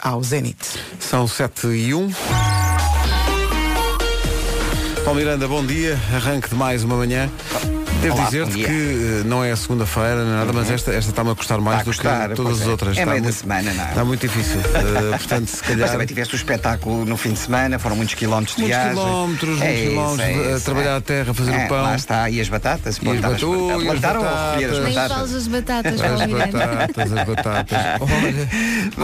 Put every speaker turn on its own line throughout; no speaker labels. ao Zenit.
São 7 e 1. Paulo Miranda, bom dia. Arranque de mais uma manhã. Devo
Olá,
dizer-te
bom dia. Uhum.
que eh, não é a segunda-feira, nem nada, mas esta, esta está-me a custar
Está
mais
a
do
custar,
que todas
pois
as
é.
outras.
É
está
meio da
muito-
semana, não é?
Está muito difícil. Eh, portanto, se calhar.
Mas também tiveste o espetáculo no fim de semana, foram muitos quilómetros de
Muitos
viagem.
quilómetros, muitos quilómetros, a trabalhar a terra, a fazer o
É,
pão.
Lá está, e as batatas,
E as
plantar
bata- Ui, as
plantar ou
batatas.
recolher as
Nem
Nem
batatas.
fales as batatas, Paulo
As
Miranda.
batatas, as batatas. Olha, como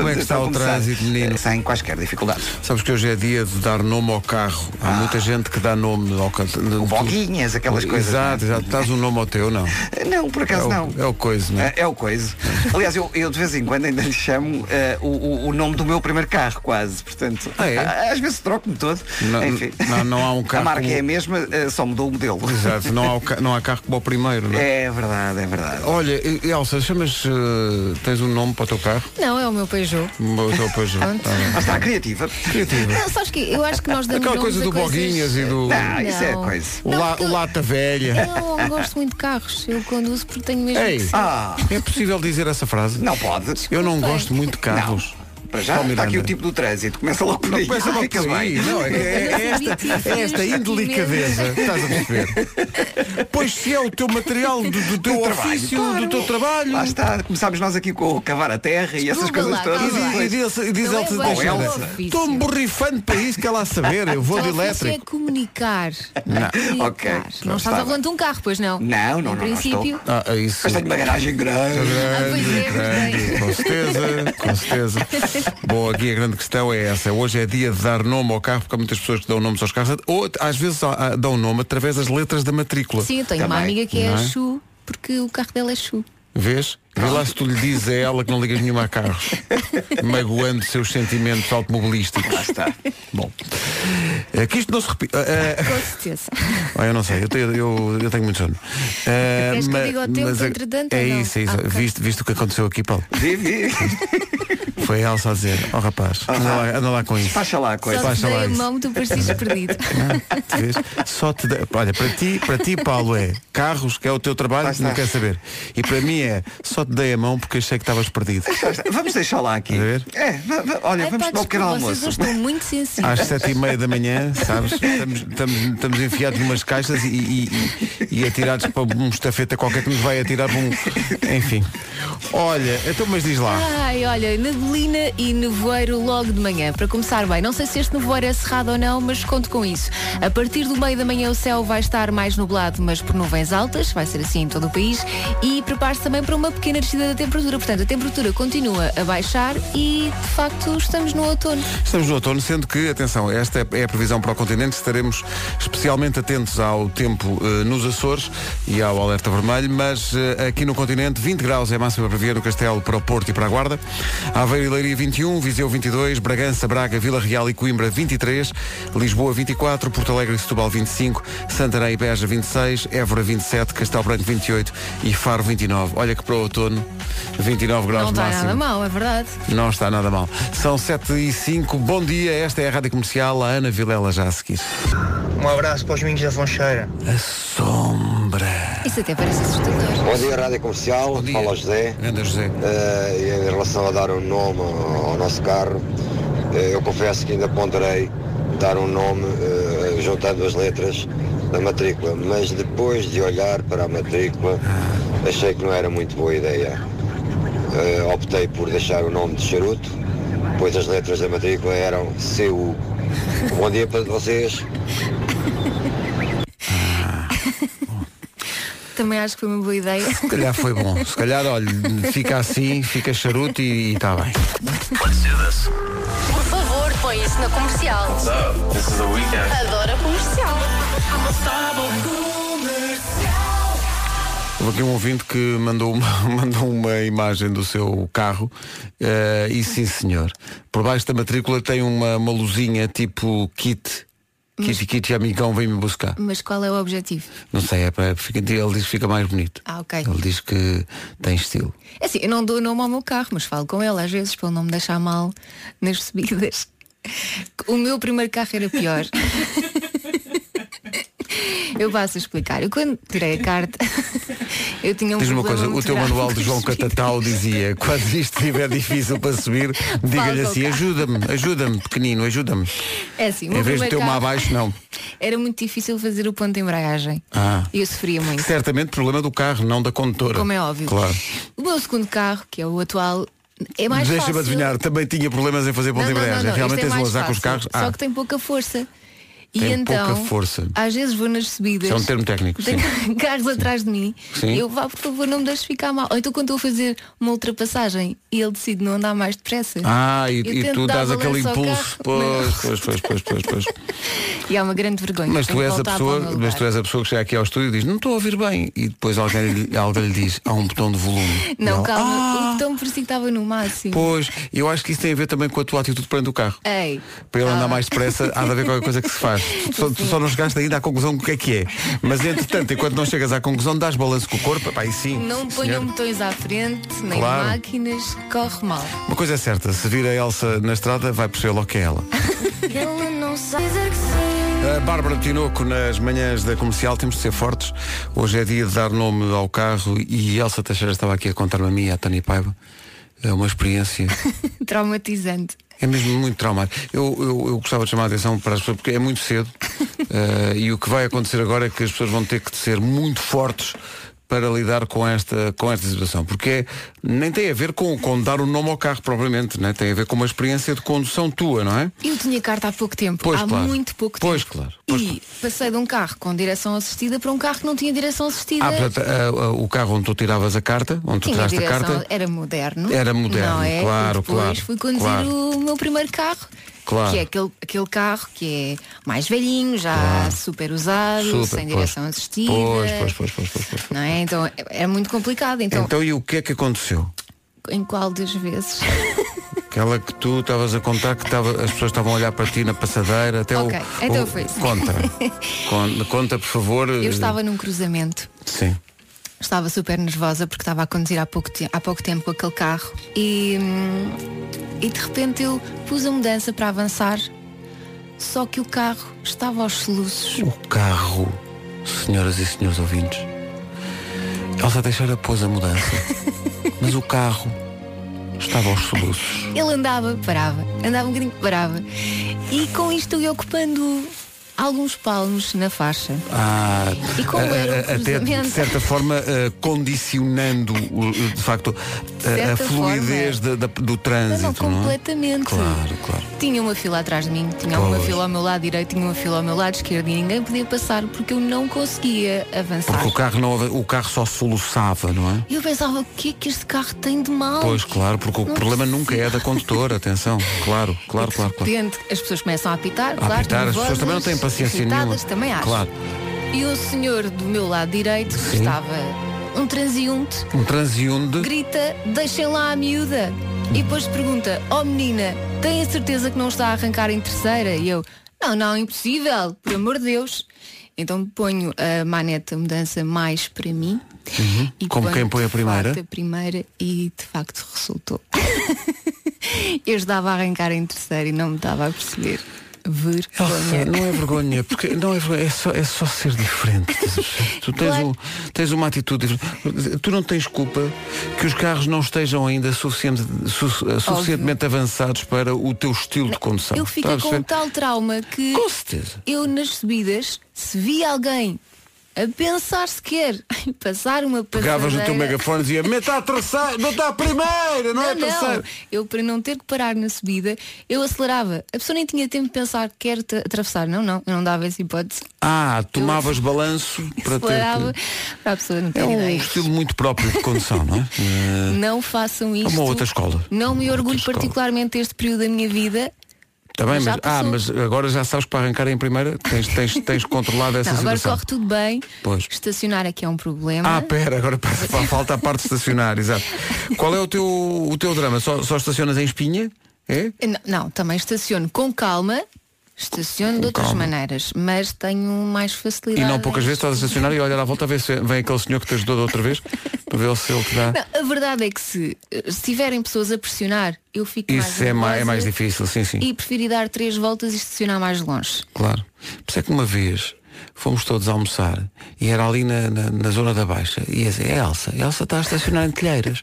é que está
Então,
o
começar,
trânsito, menino?
Sem quaisquer dificuldades. Ah.
Sabes que hoje é dia de dar nome ao carro. Há muita gente que dá nome ao carro.
Boguinhas, aquelas coisas.
Exato,
não é?
exato. Estás um nome ao teu, não?
Não, por
É
acaso
o,
não.
é o coisa, não é?
É, é o coisa. Aliás, eu, eu de vez em quando ainda lhe chamo eh, o, o- o nome do meu primeiro carro, quase. Portanto,
Ah, é?
a- às vezes troco-me todo.
Não-
Enfim.
não- não há um carro
A marca
com-
é a mesma, eh, só mudou o modelo.
Exato, não há, o ca- não há carro como o primeiro, não é?
É verdade, é verdade.
Olha, e- e, Elsa, chamas. eh, tens um nome para o teu carro?
Não, é o meu Peugeot.
O teu Peugeot. Tá bem.
Mas Ah, está criativa.
Criativa.
Não, sabes que eu acho que nós damos
Aquela
nomes
coisa
a
do
coisas-
Boguinhas e do. Ah,
Não, isso é
Não.
coisa.
O, la- o Lata Velha.
Eu não gosto muito de carros. Eu conduzo porque tenho mesmo
Ei.
que ser.
Ah,
É possível dizer essa frase?
não pode.
Eu não
Desculpem.
gosto muito de carros.
Não. Para já
Paulo
está aqui
Miranda.
o tipo do trânsito. Começa logo por
Não
aí.
pensa logo
Fica
por aí.
bem.
Não, é, é- é
Eu não
esta,
admiti
é esta
fazer isto
indelicadeza. Estás a perceber? Pois se é o teu material, do, do teu
trabalho,
ofício, do teu trabalho.
Lá está. Começámos nós aqui com o cavar a terra e essas
Desculpa
coisas
lá,
todas. um
E
calma
di- E diz, e diz
Não é
Elsa de
bem
Teixeira,
o
ofício.
Estou-me borrifando para isso que ela a saber, eu vou de
Só fixe é
elétrico.
comunicar.
Não.
Comunicar.
Ok.
Não,
Não
estás
estava.
a volante de um carro, pois não?
Não, não, não,
Em
não
princípio.
Ah, é isso.
Mas tenho uma garagem grande.
Grande,
Ah, pois é,
grande,
pois é.
com certeza, com certeza. Bom, aqui a grande questão é essa. Hoje é dia de dar nome ao carro, porque há muitas pessoas que dão nomes aos carros, ou às vezes ah, ah, dão nome através das letras da matrícula.
Sim, eu tenho uma
Também,
amiga que é
não
a
é?
Chu, porque o carro dela é Chu.
Vês? Vê lá se tu lhe dizes a ela que não ligas nenhuma a carros, magoando seus sentimentos automobilísticos. Lá está. Bom, é que isto não se repita. Ah, ah,
Com certeza.
ah, eu não sei, eu tenho, eu- eu tenho muito sono. Ah,
Queres que eu
ma-
diga o tempo,
mas é-
entretanto,
É
ou não?
isso, é isso.
Ah, ok.
Viste, viste o que aconteceu aqui, Paulo?
Vivi.
Foi a Elsa a dizer, ó rapaz, anda lá, anda lá com isso.
Faça lá a coisa.
Só te
baixa lá
dei a
isso.
mão, tu pareces perdido.
Ah, tu vês? Só te dá- Olha, para ti, para ti, Paulo, é carros, que é o teu trabalho,
Lá está.
não quer saber. E para mim é só te dei a mão porque achei que estavas perdido.
Então, Vamos deixar lá aqui.
A ver?
É, va- va- olha,
Ai,
vamos
pá,
tomar um pequeno
desculpa, vocês
almoço.
não estão muito sensíveis.
Às sete e meia da manhã, sabes? Estamos, estamos, estamos enfiados numas caixas e, e, e, e atirados para um estafeta qualquer que nos vai atirar para um. Enfim. Olha, então mas diz lá.
Ai, olha, neblina e nevoeiro logo de manhã. Para começar bem, não sei se este nevoeiro é cerrado ou não, mas conto com isso. A partir do meio da manhã o céu vai estar mais nublado, mas por nuvens altas, vai ser assim em todo o país. E prepare-se também para uma pequena descida da temperatura. Portanto, a temperatura continua a baixar e, de facto, estamos no outono.
Estamos no outono, sendo que, atenção, esta é- é a previsão para o continente, estaremos especialmente atentos ao tempo eh, nos Açores e ao alerta vermelho, mas eh, aqui no continente 20 graus é a máxima para no Castelo, para o Porto e para a Guarda, Aveiro e Leiria 21, Viseu 22, Bragança, Braga, Vila Real e Coimbra 23, Lisboa 24, Porto Alegre e Setúbal 25, Santarém e Beja 26, Évora 27, Castelo Branco 28 e Faro 29. Olha que para o outono 29 graus
não está
máximo.
nada mal, é verdade.
Não está nada mal. São 7 e 5. Bom dia, esta é a Rádio Comercial, a Ana Vilela já a seguir.
Um abraço para os Minhos da Foncheira.
A sombra.
Isso até parece assustador.
Bom dia, Rádio Comercial.
dia.
Fala José.
Anda José.
Eh, e em relação a dar um nome ao ao nosso carro, eh, eu confesso que ainda ponderei dar um nome eh, juntando as letras da matrícula, mas depois de olhar para a matrícula,
Ah.
achei que não era muito boa ideia. Eh, optei por deixar o nome de charuto, pois as letras da matrícula eram CU. Bom dia para vocês.
Também acho que foi uma boa ideia.
Se calhar foi bom. Se calhar, olha, fica assim, fica charuto e está bem.
Por favor, põe isso na comercial. Adoro a comercial.
Houve aqui um ouvinte que mandou uma, mandou uma imagem do seu carro eh, e sim senhor. Por baixo da matrícula tem uma, uma luzinha tipo kit. Kit, kit, amigão, vem-me buscar.
Mas qual é o objetivo?
Não sei, é para, fica- ele diz que fica mais bonito.
Ah, ok.
Ele diz que tem estilo.
É assim, eu não dou nome ao meu carro, mas falo com ela às vezes para ele não me deixar mal nas subidas. O meu primeiro carro era pior. Eu passo a explicar. Eu quando tirei a carta, eu tinha um
Diz-me uma
problema
coisa, o
muito
teu
grave
manual
com
de João
os vidros.
Catatau dizia quando isto estiver difícil para subir, diga-lhe
ao
assim,
carro.
ajuda-me, ajuda-me, pequenino, ajuda-me.
É assim, o
Em
meu
vez de
primeiro
ter uma
carro
abaixo, não.
Era muito difícil fazer o ponto de embreagem.
Ah.
E eu sofria muito.
Certamente problema do carro, não da condutora.
Como é óbvio.
Claro.
O meu segundo carro, que é o atual, é mais
Deixa-me
fácil.
adivinhar, também tinha problemas em fazer
Não,
ponto
não,
de
não, não,
embreagem.
este
Realmente
é
tens um
mais
azar com os
fácil,
carros.
Só
Ah,
que tem pouca força. E
Tem
então,
pouca força.
às vezes vou nas subidas.
Isso é um termo técnico,
Tem
sim.
carros atrás de mim.
Sim.
Eu vá, por favor, não me deixes ficar mal. Ou então quando estou a fazer uma ultrapassagem e ele decide não andar mais depressa.
Ah, e,
Eu
e
tento
tu
dar
dás
balanço
aquele
ao
impulso.
carro,
Pois, pois, pois, pois, pois, pois.
E há uma grande vergonha.
Mas
Tenho
tu
que
és a
voltar para o meu
pessoa,
lugar.
mas tu és a pessoa que chega aqui ao estúdio e diz, não estou a ouvir bem. E depois alguém lhe, alguém lhe diz, há um botão de volume. E
Não,
ela,
calma.
"Ah,
O botão parecia que estava no máximo.
Pois, eu acho que isso tem a ver também com a tua atitude perante o carro.
Ei.
Para ele andar
calma.
mais depressa, há de haver qualquer coisa que se faz. Tu só, tu só não chegaste ainda à conclusão do que é que é. Mas entretanto, enquanto não chegas à conclusão, dás balanço com o corpo, pá, e sim.
Não um
sim,
ponham
senhor.
botões à frente, nem
Claro.
máquinas, corre mal.
Uma coisa é certa, se vir a Elsa na estrada, vai perceber logo que é ela.
Ele não sabe dizer que sim.
A Bárbara Tinoco, nas manhãs da comercial, temos de ser fortes. Hoje é dia de dar nome ao carro e Elsa Teixeira estava aqui a contar-me a mim e à Tânia Paiva. É uma experiência
Traumatizante.
É mesmo muito traumático. Eu, eu, eu gostava de chamar a atenção para as pessoas, porque é muito cedo eh, e o que vai acontecer agora é que as pessoas vão ter que ser muito fortes para lidar com esta, com esta situação. Porque é- nem tem a ver com, com dar o nome ao carro propriamente, né? tem a ver com uma experiência de condução tua, não é?
Eu tinha carta há pouco tempo,
Pois,
há
claro.
muito pouco
Pois,
tempo.
claro. Pois,
e passei de um carro com direção assistida para um carro que não tinha direção assistida.
Ah, portanto, a- a- o carro onde tu tiravas a carta, onde tu
tinha
tiraste a
direção,
carta,
era moderno.
Era moderno,
não é?
claro,
e depois
claro,
fui conduzir
claro.
o meu primeiro carro.
Claro.
Que é aquele, aquele carro que é mais velhinho, já super usado,
Super,
sem
pois.
direção assistida.
Pois, pois, pois, pois, pois, pois.
Não é? Então é- era muito complicado. Então,
Então e o que é que aconteceu?
em qual das vezes?
Aquela que tu estavas a contar que estava- as pessoas estavam a olhar para ti na passadeira até
Ok,
É o,
então
o-
foi isso.
Conta. Con- conta, por favor.
Eu estava num cruzamento.
Sim.
Estava super nervosa porque estava a conduzir há pouco, te- há pouco tempo com aquele carro e, hum, e de repente eu pus a mudança para avançar, só que o carro estava aos soluços.
O carro, senhoras e senhores ouvintes. Elsa Teixeira pôs a mudança. mas o carro estava aos soluços.
Ele andava, parava, andava um bocadinho, parava. E com isto eu ia ocupando alguns palmos na faixa.
Ah,
E como era o
a- a- até
cruzamento?
de certa forma eh, condicionando o- o- de facto ah, a- a,
certa
fluidez da- da- do
Não, não,
trânsito. não é?
completamente.
Claro, claro.
Tinha uma fila atrás de mim, tinha uma
Pois.
fila ao meu lado direito, tinha uma fila ao meu lado esquerdo e ninguém podia passar porque eu não conseguia avançar.
Porque o carro, não, o carro só soluçava, não é?
E Eu pensava, o que é que este carro tem de mal?
Pois, claro, porque o
Não
problema nunca é da condutora, atenção. Claro, claro,
E
claro,
De
claro.
repente as pessoas começam a apitar,
A
claro,
apitar, as pessoas
nervosas,
também não têm paciência nenhuma.
irritadas, também acho.
Claro.
E o senhor do meu lado direito, que
Sim.
estava um transeunte,
Um transiunde.
grita, deixem lá a miúda. E depois pergunta, oh menina, tem a certeza que não está a arrancar em terceira? E eu, não, não, impossível, por amor de Deus. Então ponho a manete a mudança mais para mim. E
Uhum. Como
ponho,
quem põe a
de
primeira?
facto, a primeira e de facto resultou. eu estava a arrancar em terceira e não me estava a perceber.
Elsa,
Vergonha.
não é vergonha, porque não é vergonha, é só, é só ser diferente. Tu tens,
Claro.
um- tens uma atitude diferente. Tu não tens culpa que os carros não estejam ainda suficiente- su- eh, suficientemente avançados para o teu estilo de condução.
Eu fico
Estás a
com um
perceber?
tal trauma que
Com certeza.
eu nas subidas, se vi alguém a pensar sequer em passar uma passadeira...
Pegavas no teu megafone e dizia, meta a terceira, não está a primeira, não, é
Não,
a terceira.
não. Eu, para não ter que parar na subida, eu acelerava. A pessoa nem tinha tempo de pensar, quer te- atravessar. Não, não, eu não dava essa hipótese.
Ah, tomavas balanço para ter.
acelerava
que-
para a pessoa não ter
É um
ideia.
estilo muito próprio de condução, não é? Eh,
Não façam isto.
outra escola.
Não me
Uma
orgulho
outra escola.
particularmente deste período da minha vida.
Tá bem,
Mas já
mas, ah,
passou.
mas agora já sabes que para arrancar em primeira tens, tens, tens controlado essa
Não, agora
situação.
corre tudo bem.
Pois.
Estacionar aqui é um problema.
Ah, pera, agora passa- fa- falta a parte de estacionar, exato. Qual é o teu, o teu drama? Só, só estacionas em espinha? É?
N- Não, também estaciono com calma. Estaciono de outras
calma.
maneiras, mas tenho mais
E
facilidade.
não poucas
em-
vezes estás a estacionar e olhar à volta a ver se vem aquele senhor que te ajudou da outra vez para ver se ele te dá.
Não, a verdade é que se, eh, se tiverem pessoas a pressionar, eu fico mais
Isso é mais, é mais
nervosa
difícil, sim, sim.
E preferi dar três voltas e estacionar mais longe.
Claro. Por isso é que uma vez fomos todos almoçar e era ali na, na- na zona da Baixa. E ia dizer, é Elsa, Elsa está a estacionar em telheiras.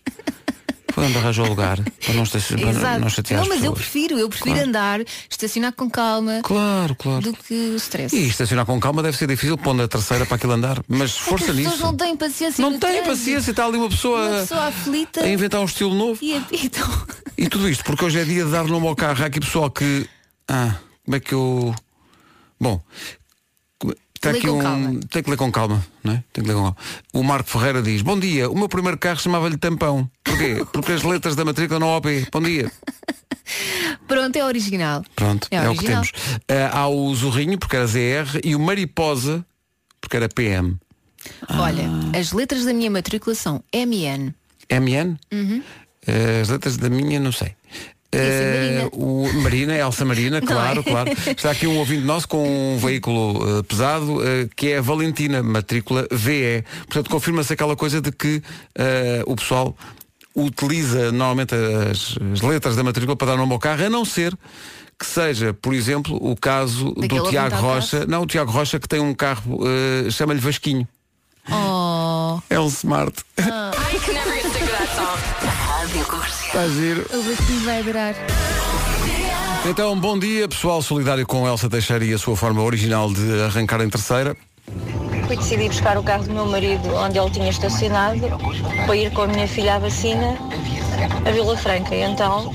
Foi onde arranjou o lugar para não, estaci- para não-
Exato.
não chatear
Não,
as
mas eu
pessoas.
prefiro, eu prefiro
Claro.
andar, estacionar com calma
Claro, claro.
do que o stress.
E estacionar com calma deve ser difícil, pondo a terceira para aquele andar. Mas
É que
força
as pessoas
nisso.
não têm paciência.
Não
no
tem
trânsito.
paciência, está ali uma pessoa,
Uma pessoa aflita
a inventar um estilo novo.
e então.
E tudo isto, porque hoje é dia de dar nome ao carro. Há aqui pessoal que. Ah, como é que eu. Bom. Está
Lê
aqui
com
um.
calma.
Tem que ler com calma, não é? Tem que ler com calma. O Marco Ferreira diz: Bom dia, o meu primeiro carro chamava-lhe tampão. Porquê? Porque as letras da matrícula não OP. Bom dia.
Pronto, é original.
Pronto, é, o que
original.
temos. Ah, há o Zorrinho, porque era ZR, e o Mariposa, porque era Ah, PM.
Olha, as letras da minha matrícula são MN.
MN?
Uhum.
Eh, as letras da minha, não sei. Eh,
Marina.
o Marina, Elsa Marina,
Não
claro,
é?
claro. Está aqui um ouvinte nosso com um veículo eh, pesado, eh, que é a Valentina, matrícula VE. Portanto, confirma-se aquela coisa de que eh, o pessoal utiliza normalmente as, as letras da matrícula para dar nome ao carro, a não ser que seja, por exemplo, o caso do
Daquele
Tiago
apontar atrás?
Rocha. Não, o Tiago Rocha que tem um carro, eh, chama-lhe Vasquinho.
Oh,
É um smart.
I can never get sick of that song. Rádio Comercial.
Está giro.
o Vasquinho é vai adorar.
Então, bom dia, pessoal solidário com Elsa Teixeira e a sua forma original de arrancar em terceira.
Fui decidir buscar o carro do meu marido onde ele tinha estacionado para ir com a minha filha à vacina a Vila Franca. E então,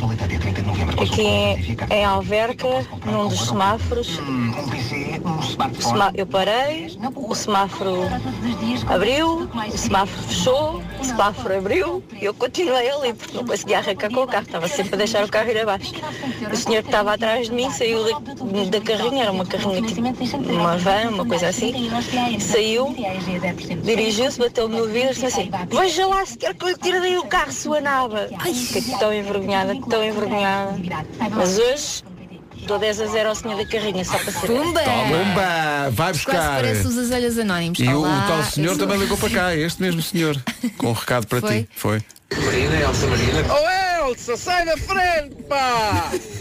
aqui em- em Alverca, num dos semáforos, o semá- eu parei, o semáforo abriu, o semáforo fechou, o semáforo abriu e eu continuei ali porque não conseguia arrancar com o carro, estava sempre a deixar o carro ir abaixo. O senhor que estava atrás de mim saiu da, da carrinha, era uma carrinha tipo uma van, uma coisa assim, saiu, dirigiu-se, bateu-me no vidro e disse assim, veja lá se quer que eu lhe tire daí o carro, sua naba. Ai, fiquei tão envergonhada, tão envergonhada. Mas hoje dou 10 a 0 ao senhor da carrinha, só para saber.
Pumba!
Tá Bomba! Vai
Quase
buscar!
parece os azelhas anónimos.
E o,
Olá,
o tal
eu
senhor
sou-
também ligou para cá, é este mesmo senhor. Com um recado para
Foi?
ti. Foi.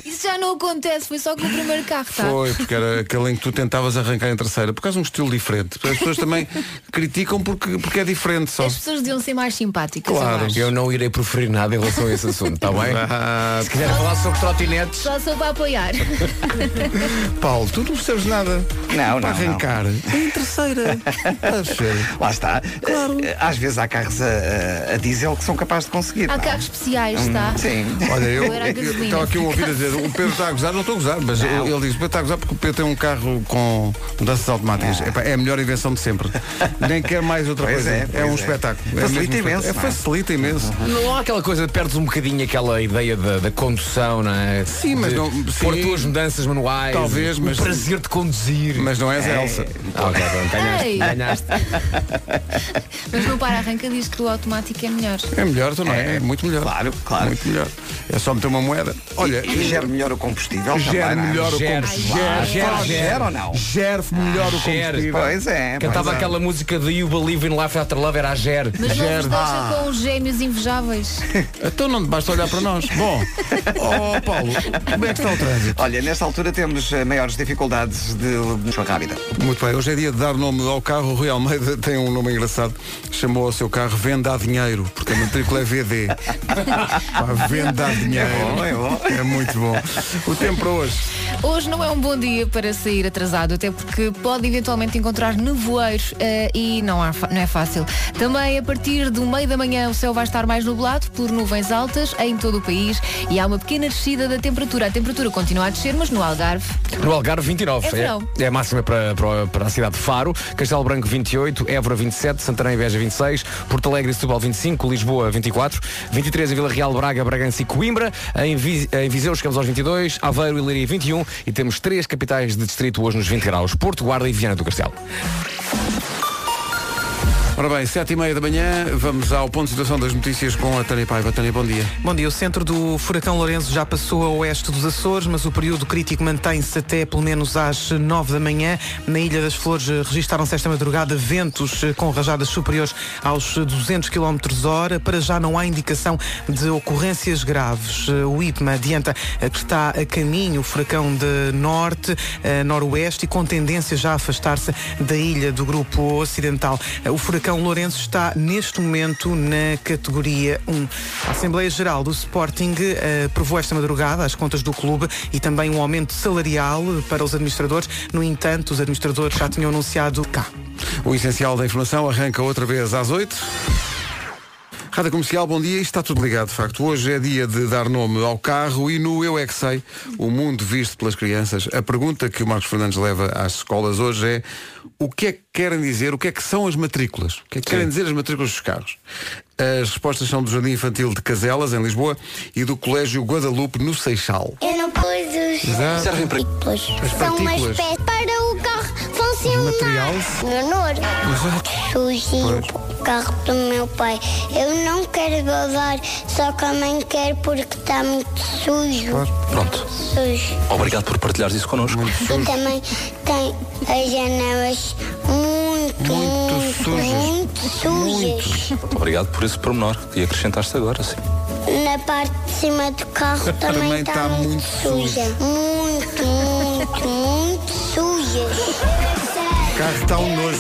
Isso já não acontece, foi só com o primeiro carro, tá?
Foi, porque era aquele em que tu tentavas arrancar em terceira. Por causa de um estilo diferente. As pessoas também criticam porque, porque é diferente só.
As pessoas deviam ser mais simpáticas.
Claro.
eu acho.
Eu não irei proferir nada em relação a esse assunto, está bem?
Ah,
Se quiser falar sobre trotinetes,
Só sou para apoiar.
Paulo, tu não percebes nada.
Não,
para
não, não.
arrancar. É em terceira. Estás a ver?
Lá está. Eh, Às vezes há carros a, a- a diesel que são capazes de conseguir.
Há
não é?
carros especiais, tá?
Sim.
Olha, eu
Eu era a gasolina.
eu estava aqui um ouvido a dizer, o Pedro está a gozar, não estou a gozar, mas ele diz, o Pedro está a gozar porque o Pedro tem um carro com mudanças automáticas. Epá, é a melhor invenção de sempre. Nem quer mais outra
Ah. Pois
coisa.
é,
é
pois
um
é.
espetáculo. É
Facilita
mesmo um
imenso,
espetáculo.
não
É
é?
facilita imenso.
não há aquela coisa, perdes um bocadinho aquela ideia da, da condução, não é?
Sim, mas
De
não-
Pôr
sim.
tuas mudanças manuais.
Talvez, mas-
O prazer de conduzir.
Mas não és a Elsa.
Ah, ok, pronto, ganhaste.
Ei.
ganhaste.
Mas não para, arranca, diz que o automático é melhor.
É melhor também, é, muito melhor.
Claro, claro.
Muito melhor. É só meter uma moeda. Olha,
E gera melhor o combustível
gere
também.
melhor o
Gere,
combustível.
claro,
Gera,
gera,
gera ou não?
Gere melhor o
Gere.
combustível.
Pois é.
Cantava
pois é.
aquela música de You Believe in Life After Love, era a Ger.
Mas não
Gera.
vos deixa com os gêmeos invejáveis.
Ah. Então não basta olhar para nós. Bom, oh Paulo, como é que está o trânsito?
Olha, nesta altura temos eh, maiores dificuldades de moção rápida.
Muito bem, hoje é dia de dar nome ao carro. O Rui Almeida tem um nome engraçado. Chamou ao seu carro Venda a Dinheiro, porque a matrícula é VD. Pá, Venda a Dinheiro.
É bom, é bom.
É muito bom. O tempo para hoje.
Hoje não é um bom dia para sair atrasado, até porque pode eventualmente encontrar nevoeiros eh, e não, há fa- não é fácil. Também a partir do meio da manhã o céu vai estar mais nublado por nuvens altas em todo o país e há uma pequena descida da temperatura. A temperatura continua a descer, mas no Algarve.
No Algarve, 29.
É verão.
é a máxima para, para, para a cidade de Faro. Castelo Branco, 28. Évora, 27. Santarém e Beja, 26. Porto Alegre e Setúbal, 25. Lisboa, 24. 23 em Vila Real, Braga, Bragança e Coimbra. Em, Vi- em Viseu chegamos aos 22. Aveiro e Leiria, 21. E temos três capitais de distrito hoje nos 20 graus. Porto, Guarda e Viana do Castelo.
Ora bem, sete e meia da manhã, vamos ao ponto de situação das notícias com a Tânia Paiva. Tânia, bom dia.
Bom dia. O centro do furacão Lourenço já passou a oeste dos Açores, mas o período crítico mantém-se até pelo menos às 9 da manhã. Na Ilha das Flores eh, registaram-se esta madrugada ventos eh, com rajadas superiores aos 200 km hora. Para já não há indicação de ocorrências graves. Eh, O IPMA adianta eh, que está a caminho o furacão de norte, eh, noroeste e com tendência já a afastar-se da ilha do grupo ocidental. Eh, O furacão Lourenço está neste momento na categoria 1. A Assembleia Geral do Sporting eh, aprovou esta madrugada as contas do clube e também um aumento salarial eh, para os administradores. No entanto, os administradores já tinham anunciado cá.
O essencial da informação arranca outra vez às oito. Rádio Comercial, bom dia. Isto está tudo ligado, de facto. Hoje é dia de dar nome ao carro e no Eu É Que Sei, o mundo visto pelas crianças, a pergunta que o Marcos Fernandes leva às escolas hoje é o que é que querem dizer, o que é que são as matrículas? O que é que querem dizer as matrículas dos carros? As respostas são do Jardim Infantil de Caselas, em Lisboa, e do Colégio Guadalupe, no Seixal.
Eu não pus os
Exato. Servem para-
partículas.
As
São umas
partículas.
peças para o carro funcionar.
Material.
Menor. Sujinho o carro do meu pai. Eu não quero babar, só que a mãe quer porque está muito sujo.
Pronto.
Sujo.
Obrigado por partilhares isso connosco.
E também tem as janelas muito, muito, muito sujas.
Obrigado por esse pormenor que acrescentaste agora, sim.
Na parte de cima do carro
Também
também está
tá
muito,
muito
suja. Muito, muito, muito suja.
Carro está um nojo.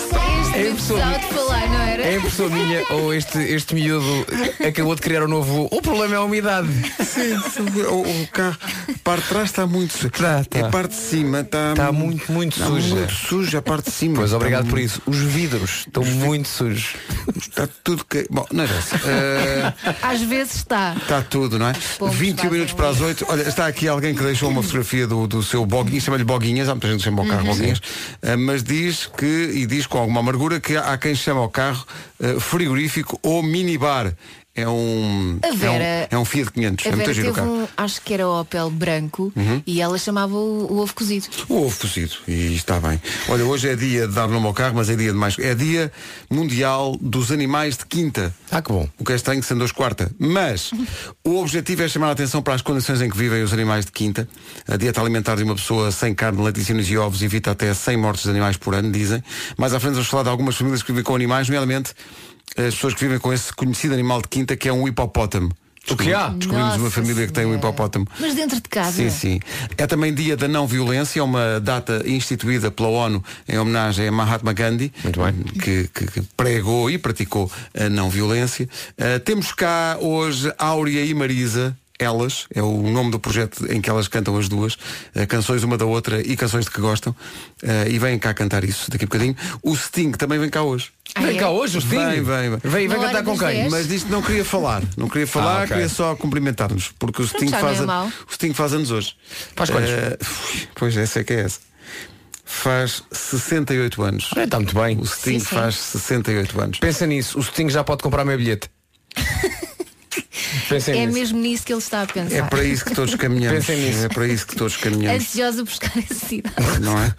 É impossível de falar, não era?
É impressão minha, ou este, este miúdo acabou de criar um novo. O problema é a umidade.
Sim, sim, o, o carro, parte de trás está muito suja. E a parte de cima está
Está Tá, muito, muito
está
suja.
muito suja a parte de cima.
Pois,
Está
obrigado por
muito-
isso. Os vidros estão muito sujos.
Está tudo que. Bom, não é essa. Eh,
Às vezes está.
Está tudo, não é?
Pomos
21 minutos para as 8. Olha, está aqui alguém que deixou uma fotografia do, do seu Boguinhas, chama-lhe Boguinhas, há muita gente que chama o
Uhum.
carro Boguinhas, eh, mas diz que, e diz com alguma amargura, que há quem chama o carro eh, frigorífico ou minibar. É um,
A Vera-
é um. É um Fiat 500.
A
é
Vera
muito giro o
teve
carro.
um, acho que era Opel branco e ela chamava o, o ovo cozido.
O ovo cozido, e está bem. Olha, hoje é dia de dar nome ao carro, mas é dia de mais. É dia mundial dos animais de quinta.
Ah, que bom.
O que é estranho sendo hoje quarta. Mas o objetivo é chamar a atenção para as condições em que vivem os animais de quinta. A dieta alimentar de uma pessoa sem carne, laticínios e ovos evita até 100 mortes de animais por ano, dizem. Mais à frente vamos falar de algumas famílias que vivem com animais, nomeadamente as pessoas que vivem com esse conhecido animal de quinta que é um hipopótamo.
O que há?
Descobrimos uma
Nossa
família que tem um
Senhora.
hipopótamo.
Mas dentro de casa.
Sim, sim. É também dia da não violência, é uma data instituída pela ONU em homenagem a Mahatma Gandhi, Que, que- que pregou e praticou a não violência. Ah, temos cá hoje Áurea e Marisa. Elas, é o nome do projeto em que elas cantam as duas, ah, canções uma da outra e canções de que gostam, Ah, e vêm cá cantar isso daqui a bocadinho. O Sting também vem cá hoje.
Ah,
Vem
é?
cá hoje, o Sting.
Vem, vem, vem.
Vem, vem
Na
cantar
hora
com
dos
quem?
dez.
Mas disto não queria falar, não queria falar,
Ah, ok.
queria só cumprimentar-nos, porque o Sting,
já não
faz
é
a-
mau.
o Sting faz anos hoje.
Faz quantos?
Eh, pois essa é que é essa. Faz 68 anos.
Ah, Está muito bem.
O
Sim,
Sting
sim.
faz 68 anos.
Pensa nisso, o Sting já pode comprar o meu bilhete. Pensem
É
nisso.
mesmo nisso que ele está a pensar.
É para isso que todos caminhamos.
Pensem nisso.
É para isso que todos caminhamos,
Ansiosa por buscar a cidade.
não é?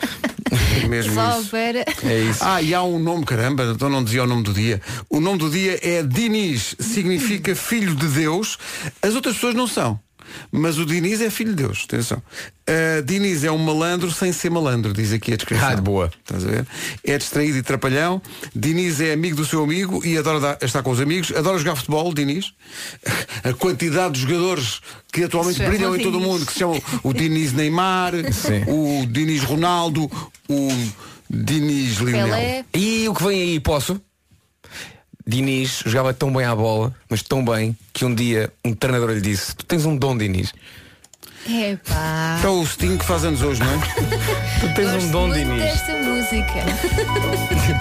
É Mesmo
Só
isso.
para.
É isso.
Ah, e há um nome, caramba, então não dizia o nome do dia. O nome do dia é Diniz, significa filho de Deus. As outras pessoas não são. Mas o Diniz é filho de Deus, atenção. Ah, Diniz é um malandro sem ser malandro, diz aqui a descrição.
Ah, de boa.
Estás a ver? É distraído e trapalhão. Diniz é amigo do seu amigo e adora dar- estar com os amigos. Adora jogar futebol, Diniz. A quantidade de jogadores que atualmente
Isso é
brilham
o
em todo o
Diniz.
mundo, que são o Diniz Neymar,
Sim.
o Diniz Ronaldo, o Diniz Lionel.
Pelé.
E o que vem aí, posso? Diniz jogava tão bem à bola, mas tão bem, que um dia um treinador lhe disse, tu tens um dom, Diniz.
Epá.
Então o Sting que faz anos hoje, não é?
Tu tens
Gosto
um dom,
muito
Diniz.
desta música.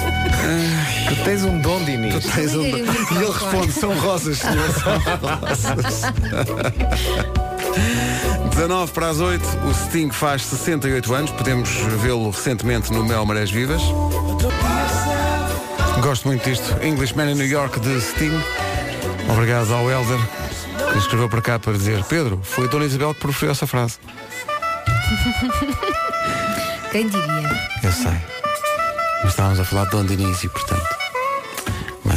Tu tens um dom, Diniz.
Tens um- E
Liguei-lhe o
ele
microfone.
responde, são rosas, senhor, são rosas. 19 para as 8, o Sting faz 68 anos, podemos vê-lo recentemente no Mel Marés Vivas. Gosto muito disto. Englishman in New York de Sting. Obrigado ao Helder que escreveu para cá para dizer Pedro, foi a Dona Isabel que proferiu essa frase.
Quem diria?
Eu sei. Mas estávamos a falar de Dom Diniz e, portanto,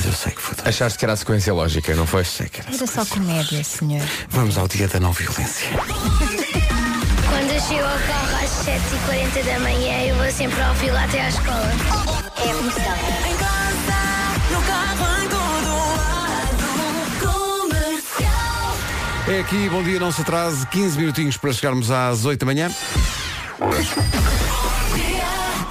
eu sei que foi.
Achaste que era a sequência lógica, não foi?
Era só comédia, senhor.
Vamos ao dia da não violência.
Quando eu chego ao carro às 7h40 da manhã, eu vou sempre ao fila até à escola. É emoção. Em casa, no carro, em todo
É aqui, bom dia, não se atrase, 15 minutinhos para chegarmos às 8 da manhã.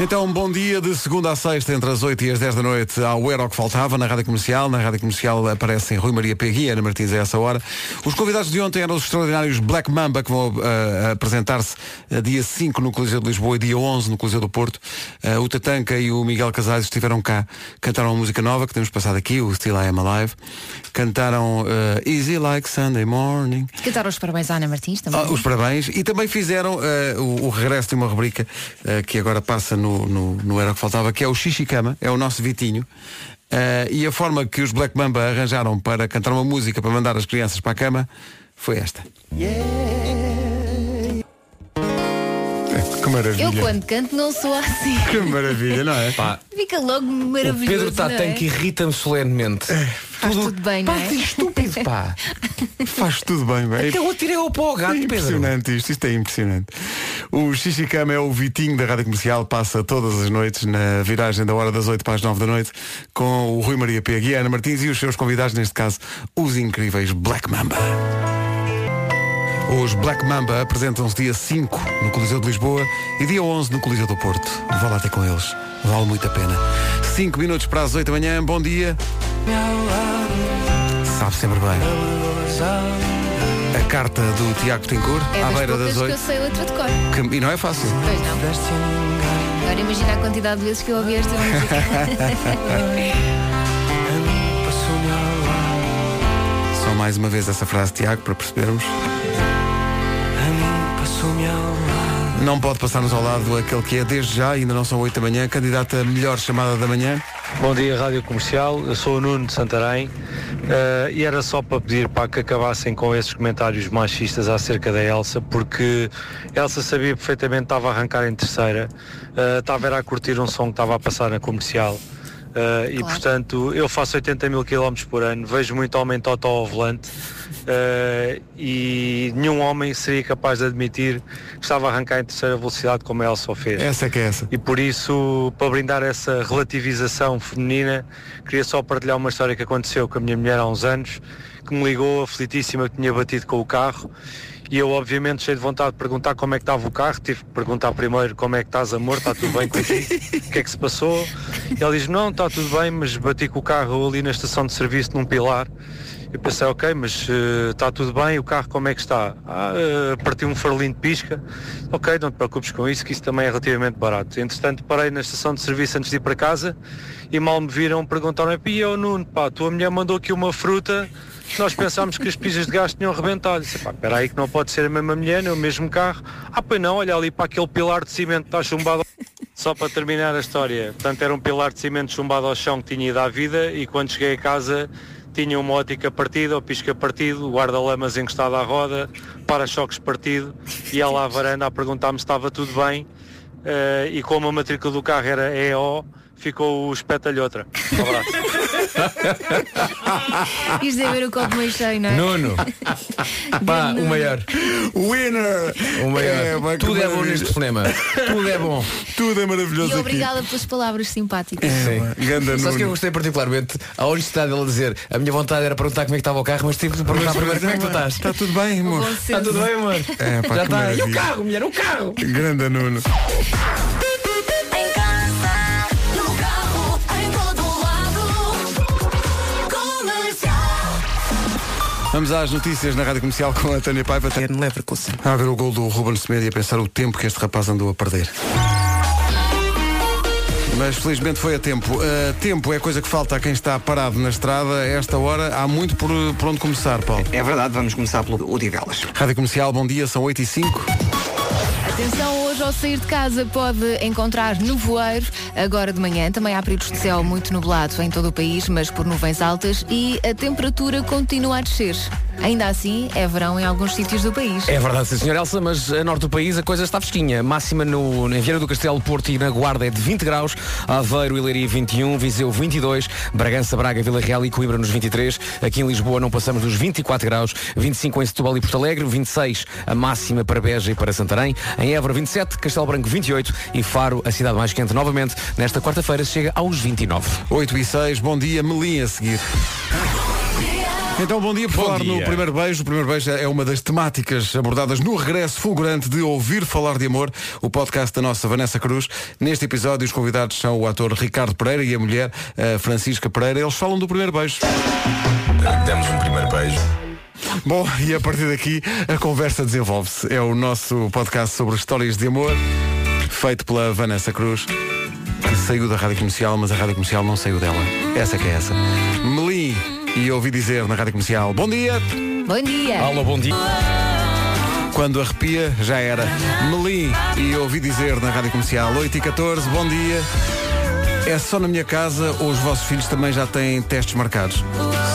Então, bom dia de segunda a sexta, entre as 8 e as 10 da noite, ao Era o que Faltava, na Rádio Comercial. Na Rádio Comercial aparecem Rui Maria Pegui e Ana Martins a essa hora. Os convidados de ontem eram os extraordinários Black Mamba, que vão ah, apresentar-se a dia 5 no Coliseu de Lisboa e dia 11 no Coliseu do Porto. Ah, o Tatanca e o Miguel Casais estiveram cá, cantaram uma música nova que temos passado aqui, o Still I Am Alive. Cantaram ah, Easy Like Sunday Morning.
Cantaram os parabéns à Ana Martins também.
Ah, os parabéns. E também fizeram eh, o, o regresso de uma rubrica eh, que agora passa no, no, no Era o que Faltava, que é o Xixicama, é o nosso Vitinho. Eh, e a forma que os Black Mamba arranjaram para cantar uma música para mandar as crianças para a cama foi esta. Que maravilha.
Eu quando canto não sou assim.
Que maravilha, não é?
Fica logo maravilhoso. é?
O Pedro tá
tá
está
Tatanque que irrita-me solenemente.
Faz tudo, bem, não é?
estúpido, pá.
Faz tudo bem, bem.
Até Então eu tirei o pó ao gato,
É
Pedro.
impressionante isto, isto é impressionante. O Xixicama é o Vitinho da Rádio Comercial, passa todas as noites na viragem da hora das 8 para as 9 da noite com o Rui Maria Pega e a Ana Martins e os seus convidados, neste caso, os incríveis Black Mamba. Os Black Mamba apresentam-se dia 5 no Coliseu de Lisboa e dia 11 no Coliseu do Porto. Vá lá ter com eles, vale muito a pena. 5 minutos para as 8 da manhã, bom dia. Sabe sempre bem. A carta do Tiago Tincourt,
É
à
das
beira
poucas
das
que eu
8.
sei letra de cor.
que- E não é fácil.
Pois não. Agora imagina a quantidade de vezes que eu ouvi esta música.
Só mais uma vez essa frase, Tiago, para percebermos. Não pode passar-nos ao lado aquele que é desde já, ainda não são 8 da manhã, candidato a melhor chamada da manhã.
Bom dia, Rádio Comercial. Eu sou o Nuno de Santarém eh, e era só para pedir para que acabassem com esses comentários machistas acerca da Elsa, porque Elsa sabia perfeitamente que estava a arrancar em terceira, eh, estava era a curtir um som que estava a passar na comercial. eh, E portanto, eu faço 80 mil quilómetros por ano, vejo muito homem totó ao volante eh, e nenhum homem seria capaz de admitir que estava a arrancar em terceira velocidade como a Elsa o fez.
Essa é que é essa.
E por isso, para brindar essa relativização feminina, queria só partilhar uma história que aconteceu com a minha mulher há uns anos, que me ligou aflitíssima que tinha batido com o carro. E eu, obviamente, cheio de vontade de perguntar como é que estava o carro, tive que perguntar primeiro como é que estás, amor, está tudo bem contigo, o que é que se passou? E ela diz, não, está tudo bem, mas bati com o carro ali na estação de serviço num pilar. Eu pensei, ok, mas eh, está tudo bem, o carro como é que está? Ah, eh, partiu um farolino de pisca. Ok, não te preocupes com isso, que isso também é relativamente barato. Entretanto, parei na estação de serviço antes de ir para casa e mal me viram, perguntaram, e eu, Nuno, pá, a tua mulher mandou aqui uma fruta, nós pensámos que as pisas de gás tinham arrebentado. Disse, pá, espera aí que não pode ser a mesma mulher, nem o mesmo carro. Ah, pois não, olha ali para aquele pilar de cimento que está chumbado. Só para terminar a história, portanto era um pilar de cimento chumbado ao chão que tinha ido à vida e quando cheguei a casa tinha uma ótica partida, o pisca partido, o guarda-lamas encostado à roda, para-choques partido e ela à varanda a perguntar-me se estava tudo bem eh, e como a matrícula do carro era EO, ficou o espetalhotra. Um abraço.
Isto é deve ver o copo meio cheio, não é?
Nuno. Pá, o maior.
Winner!
O maior.
É, pá, que
Tudo é bom
maravilha.
neste cinema. Tudo é bom.
Tudo é
E
maravilhoso
obrigada pelas palavras simpáticas.
Sim.
Ganda
Sabes
Nuno.
que eu gostei particularmente a honestidade dela dizer a minha vontade era perguntar como é que estava o carro, mas tive de perguntar
Mas,
primeiro como é que tu
pá,
estás.
Está tudo bem, amor.
Está Tá tudo bem, amor?
É, pá, que
Já está. E o
maravilha.
carro, mulher, o carro!
Grande Nuno.
Em casa, no carro, em todo lado. Comercial.
Vamos às notícias na Rádio Comercial com a Tânia Paiva. A ver o gol do Ruben Semedo e a pensar o tempo que este rapaz andou a perder. Mas felizmente foi a tempo. Uh, tempo é coisa que falta a quem está parado na estrada. A esta hora há muito por, por onde começar, Paulo.
É verdade, vamos começar pelo Odivelas.
Rádio Comercial, bom dia, são 8 e 5.
Atenção, hoje ao sair de casa pode encontrar nevoeiro agora de manhã. Também há períodos de céu muito nublado em todo o país, mas por nuvens altas e a temperatura continua a descer. Ainda assim, é verão em alguns sítios do país.
É verdade, sim, senhor Elsa, mas a norte do país a coisa está fresquinha. Máxima no, em Vieira do Castelo, Porto e na Guarda é de 20 graus, Aveiro e Leiria 21, Viseu 22, Bragança, Braga, Vila Real e Coimbra nos 23. Aqui em Lisboa não passamos dos 24 graus, 25 em Setúbal e Porto Alegre, 26 a máxima para Beja e para Santarém, em Évora 27, Castelo Branco 28 e Faro, a cidade mais quente novamente, nesta quarta-feira chega aos 29.
8 e 6, bom dia, Melim a seguir. Então, bom dia. Por
Bom
falar no
dia.
Primeiro Beijo, o Primeiro Beijo é uma das temáticas abordadas no regresso fulgurante de Ouvir Falar de Amor, o podcast da nossa Vanessa Cruz. Neste episódio, os convidados são o ator Ricardo Pereira e a mulher eh, Francisca Pereira. Eles falam do Primeiro Beijo.
Demos um primeiro beijo.
Bom, e a partir daqui a conversa desenvolve-se. É o nosso podcast sobre histórias de amor, feito pela Vanessa Cruz, que saiu da rádio comercial, mas a rádio comercial não saiu dela. Essa que é essa. Meli e ouvi dizer na rádio comercial: Bom dia!
Bom dia!
Alô, bom dia! Quando arrepia, já era. Meli e ouvi dizer na rádio comercial: 8 e 14, bom dia! É só na minha casa ou os vossos filhos também já têm testes marcados?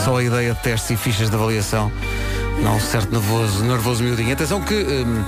Só a ideia de testes e fichas de avaliação. Não, certo nervoso, nervoso miudinho. Atenção que hum,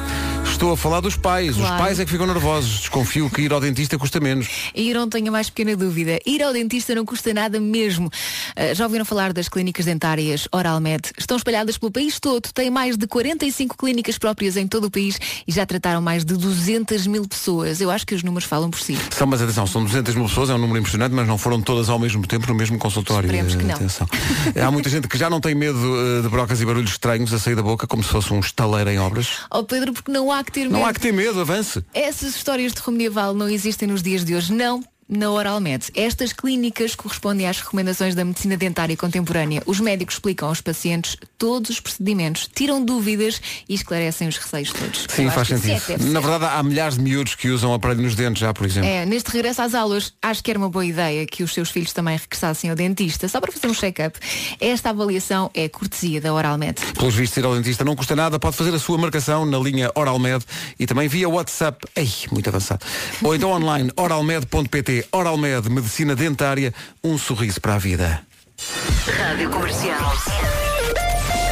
estou a falar dos pais. Os
Claro.
pais é que ficam nervosos. Desconfio que ir ao dentista custa menos.
E eu não tenho a mais pequena dúvida. Ir ao dentista não custa nada mesmo. Ah, Já ouviram falar das clínicas dentárias Oralmed? Estão espalhadas pelo país todo. Têm mais de 45 clínicas próprias em todo o país e já trataram mais de 200 mil pessoas. Eu acho que os números falam por si.
São, mas atenção, são 200 mil pessoas, é um número impressionante, mas não foram todas ao mesmo tempo no mesmo consultório.
Esperemos que não.
Atenção. É, Há muita gente que já não tem medo eh, de brocas e barulhos estranhos a sair da boca, como se fosse um estaleiro em obras.
Ó Oh, Pedro, porque não há que ter medo.
Não há que ter medo, avance.
Essas histórias de terror medieval não existem nos dias de hoje, não. Na Oralmed. Estas clínicas correspondem às recomendações da medicina dentária contemporânea. Os médicos explicam aos pacientes todos os procedimentos, tiram dúvidas e esclarecem os receios todos.
Sim,
Eu
faz
acho que
sentido.
se é, deve
Na
ser.
verdade, há milhares de miúdos que usam aparelho nos dentes já, por exemplo.
É, neste regresso às aulas, acho que era uma boa ideia que os seus filhos também regressassem ao dentista, só para fazer um check-up. Esta avaliação é cortesia da Oralmed.
Pelos vistos, ir ao dentista não custa nada. Pode fazer a sua marcação na linha Oralmed e também via WhatsApp. Ei, muito avançado. Ou então online, oralmed.pt. Oralmed, medicina dentária, um sorriso para a vida.
Rádio Comercial.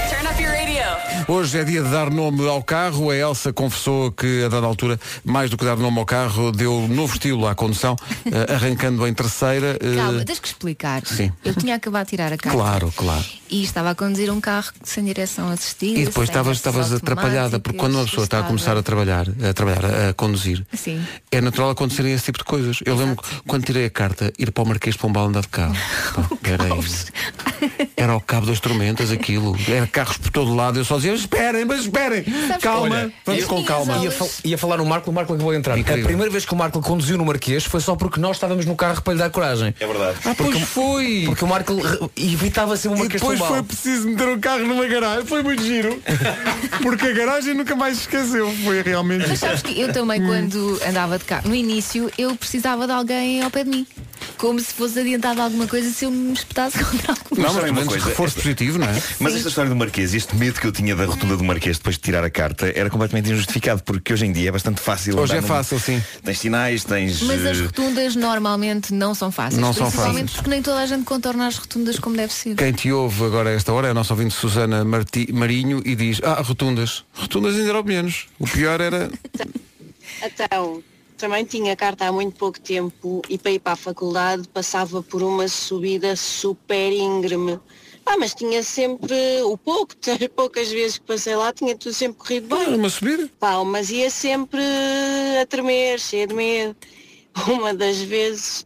Turn up your radio.
Hoje é dia de dar nome ao carro. A Elsa confessou que, a dada altura, mais do que dar nome ao carro, deu novo estilo à condução, eh, arrancando em terceira. eh,
Calma, tens que explicar.
Sim.
Eu tinha acabado de tirar a carta.
Claro, claro.
E estava a conduzir um carro sem direção assistida.
E depois
sem reversas
estavas estavas atrapalhada,
automáticas,
porque quando uma pessoa está a
estava-
começar a trabalhar, a trabalhar, a conduzir,
Sim.
é natural acontecerem esse tipo de coisas. Eu lembro que quando tirei a carta, ir para o Marquês de Pombal andar de carro. Pá, era, era o cabo das tormentas aquilo. Era carros por todo lado. Eu só dizia, esperem, mas esperem. calma, vamos
eu-
com calma.
Ia, fal- ia falar no Marco, é o Marco acabou de entrar. A primeira vez que o Marco conduziu no Marquês foi só porque nós estávamos no carro para lhe dar coragem.
É verdade.
Ah,
pois foi!
Porque o Marco re- evitava sempre o Marquês de Pombal.
preciso meter o carro numa garagem. Ah, Foi muito giro. Porque a garagem nunca mais se esqueceu. Foi realmente.
Mas sabes que eu também,
Hum.
quando andava de carro, no início, eu precisava de alguém ao pé de mim. Como se fosse adiantado alguma coisa se eu me espetasse contra alguma
Não, mas
coisa.
uma coisa,
reforço positivo, não é?
Mas esta história do Marquês, este medo que eu tinha da rotunda do Marquês depois de tirar a carta, era completamente injustificado, porque hoje em dia é bastante fácil.
Hoje
andar
é
num-
fácil, sim.
Tens sinais, tens.
Mas as
eh,
rotundas normalmente não são fáceis.
Não são
principalmente
fáceis.
porque nem toda a gente contorna as rotundas como deve ser.
Quem te ouve agora a esta hora é a nossa ouvinte Susana Marti- Marinho e diz, ah, rotundas. Rotundas ainda eram menos. O pior era.
Então, também tinha carta há muito pouco tempo e para ir para a faculdade passava por uma subida super íngreme. Ah, mas tinha sempre o pouco, as poucas vezes que passei lá tinha tudo sempre corrido bem.
uma subida?
Pá, mas ia sempre a tremer, cheia de medo. Uma das vezes,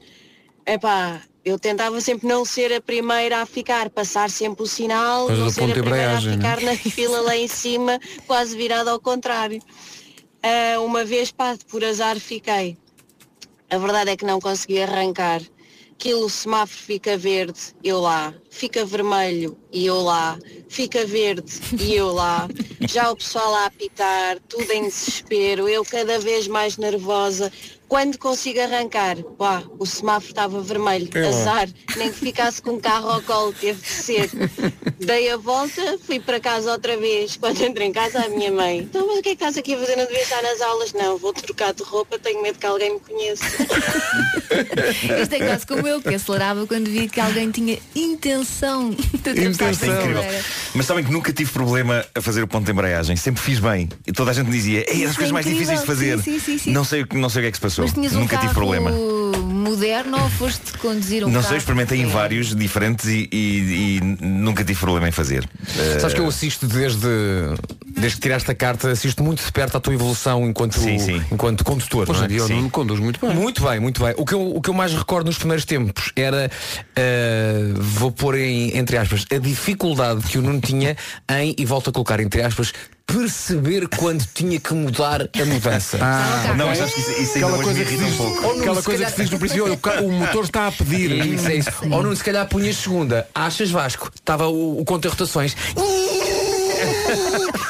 epá, eu tentava sempre não ser a primeira a ficar, passar sempre o sinal,
Coisa
não
do
ser
ponto
a
de
primeira a
embreagem, não é?
ficar na fila lá em cima, quase virada ao contrário. Ah, uma vez, pá, por azar fiquei. A verdade é que não consegui arrancar. Aquilo, o semáforo fica verde, eu lá. Fica vermelho, e eu lá. Fica verde, e eu lá. Já o pessoal a apitar, tudo em desespero, eu cada vez mais nervosa. Quando consigo arrancar, pá, o semáforo estava vermelho,
É lá.
azar, nem que ficasse com o carro ao colo, teve de ser. Dei a volta, fui para casa outra vez. Quando entro em casa, a minha mãe, então mas o que é que estás aqui a fazer? Não devia estar nas aulas? Não, vou trocar de roupa, tenho medo que alguém me conheça.
Isto é quase como eu, que acelerava quando vi que alguém tinha intenção de atravessar
Isto é
a
incrível.
fronteira.
Mas sabem que nunca tive problema a fazer o ponto de embreagem. Sempre fiz bem. E toda a gente dizia, é
Isso
as
é
coisas mais
incrível.
difíceis de fazer.
Sim, sim, sim, sim.
Não, sei, o que- não sei o que é que se passou.
Mas tinhas um
Nunca
carro
tive problema.
moderno ou foste conduzir um
não
carro?
sei, experimentei em vários diferentes e, e- e nunca tive problema em fazer. Eh,
Sabes que eu assisto desde, desde que tiraste a carta, assisto muito de perto à tua evolução enquanto, enquanto condutor.
Hoje
não
em
é?
dia o
Sim.
Nuno conduz muito bem.
Muito bem, muito bem. O que eu, o que eu mais recordo nos primeiros tempos era, eh, vou pôr em, entre aspas, a dificuldade que o Nuno tinha em, e volto a colocar entre aspas, perceber quando tinha que mudar a mudança.
Ah, não, mas sabes que isso- isso ainda hoje me irrita um pouco.
Ou Nuno,
Aquela
se
coisa
calhar-
que se diz no princípio, olha, o ca- o motor está a pedir.
É isso, é isso. Ou Nuno, se calhar punhas segunda, achas Vasco, estava o, o conto em rotações.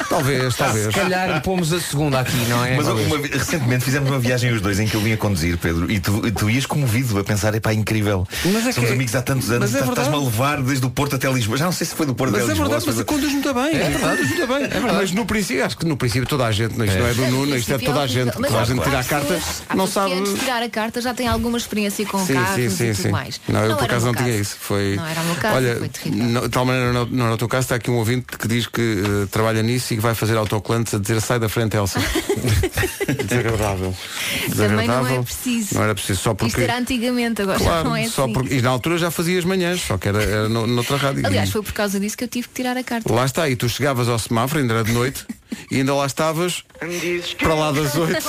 Talvez, talvez.
Se calhar pomos a segunda aqui, não é?
Mas
Talvez.
uma vi- recentemente fizemos uma viagem os dois em que eu vim a conduzir, Pedro, e tu, e tu ias comovido a pensar, epá, incrível.
Mas é
Somos
que-
amigos há tantos
mas
anos,
é
tá- estás-me a
verdade.
levar desde o Porto até Lisboa. Já não sei se foi do Porto
Mas
até
é
Lisboa.
verdade,
se foi
mas você
do-
conduz muito bem.
É
Conduz muito bem.
verdade.
Mas no princípio, acho que no princípio toda a gente, isto
É.
não é do
No
Nuno, isto é de toda a gente,
Tipo, Mas
toda a gente
há
tira a
pessoas-
carta,
há
não
pessoas que é
sabe.
antes de tirar a carta já tem alguma experiência com
Sim,
carros
sim, sim,
um e tudo
sim.
mais.
Não, eu por
era o
acaso não
meu
tinha
caso.
isso. Foi...
Não era o meu caso,
Olha,
foi terrível.
não- de tal maneira não, não era o teu caso, está aqui um ouvinte que diz que eh, trabalha nisso e que vai fazer autoclantes a dizer sai da frente, Elsa. Desagradável.
Também não é
Desagradável.
preciso.
Não era preciso, só
Isto
porque.
era antigamente, agora
Claro,
não é
só
assim.
porque. E na altura já fazia as manhãs, só que era, era no- noutra rádio.
Aliás, foi por causa disso que eu tive que tirar a carta.
Lá está, e tu chegavas ao semáforo, ainda era de noite, e ainda lá estavas para lá das oito.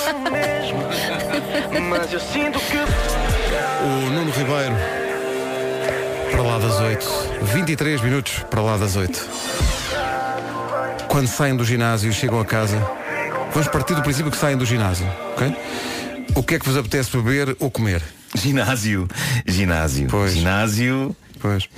Mas eu sinto que.
O Nuno Ribeiro. Para lá das 8. 23 minutos para lá das 8. Quando saem do ginásio e chegam a casa, vamos partir do princípio que saem do ginásio, ok? O que é que vos apetece beber ou comer?
Ginásio. Ginásio. Ginásio.
Pois.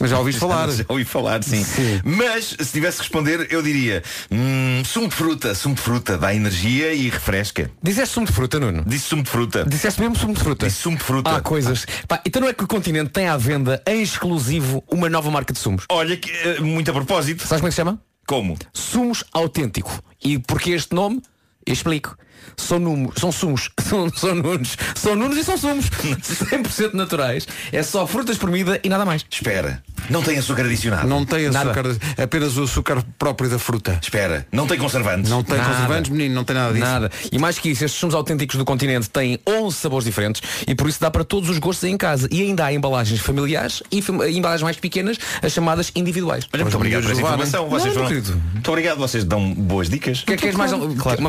Mas
já ouviste falar.
Já ouvi falar, sim. Mas se tivesse que responder, eu diria hum, sumo de fruta, sumo de fruta, dá energia e refresca.
Dizeste sumo de fruta, Nuno?
Disse sumo de fruta.
Disseste mesmo sumo de fruta?
Disse sumo de fruta.
Há coisas. Pá, então não é que o continente tem à venda em exclusivo uma nova marca de sumos?
Olha, que, eh, muito a propósito.
Sabes como é que se chama?
Como?
Sumos autêntico. E porquê este nome? Eu explico. São, numos, são sumos, são, são nunos, são nunos e são sumos 100% naturais. É só fruta espremida e nada mais.
Espera, não tem açúcar adicionado.
Não tem
Nada.
açúcar, apenas o açúcar próprio da fruta.
Espera, não tem conservantes.
Não tem
Nada.
conservantes, menino, não tem nada disso.
Nada. E mais que isso, estes sumos autênticos do continente têm 11 sabores diferentes e por isso dá para todos os gostos aí em casa. E ainda há embalagens familiares e fam- eh, embalagens mais pequenas, as chamadas individuais.
Olha, muito obrigado por esta informação. Vocês
Não, é
foram-
querido.
Muito obrigado, vocês dão boas dicas.
é
Quer, queres mais, al-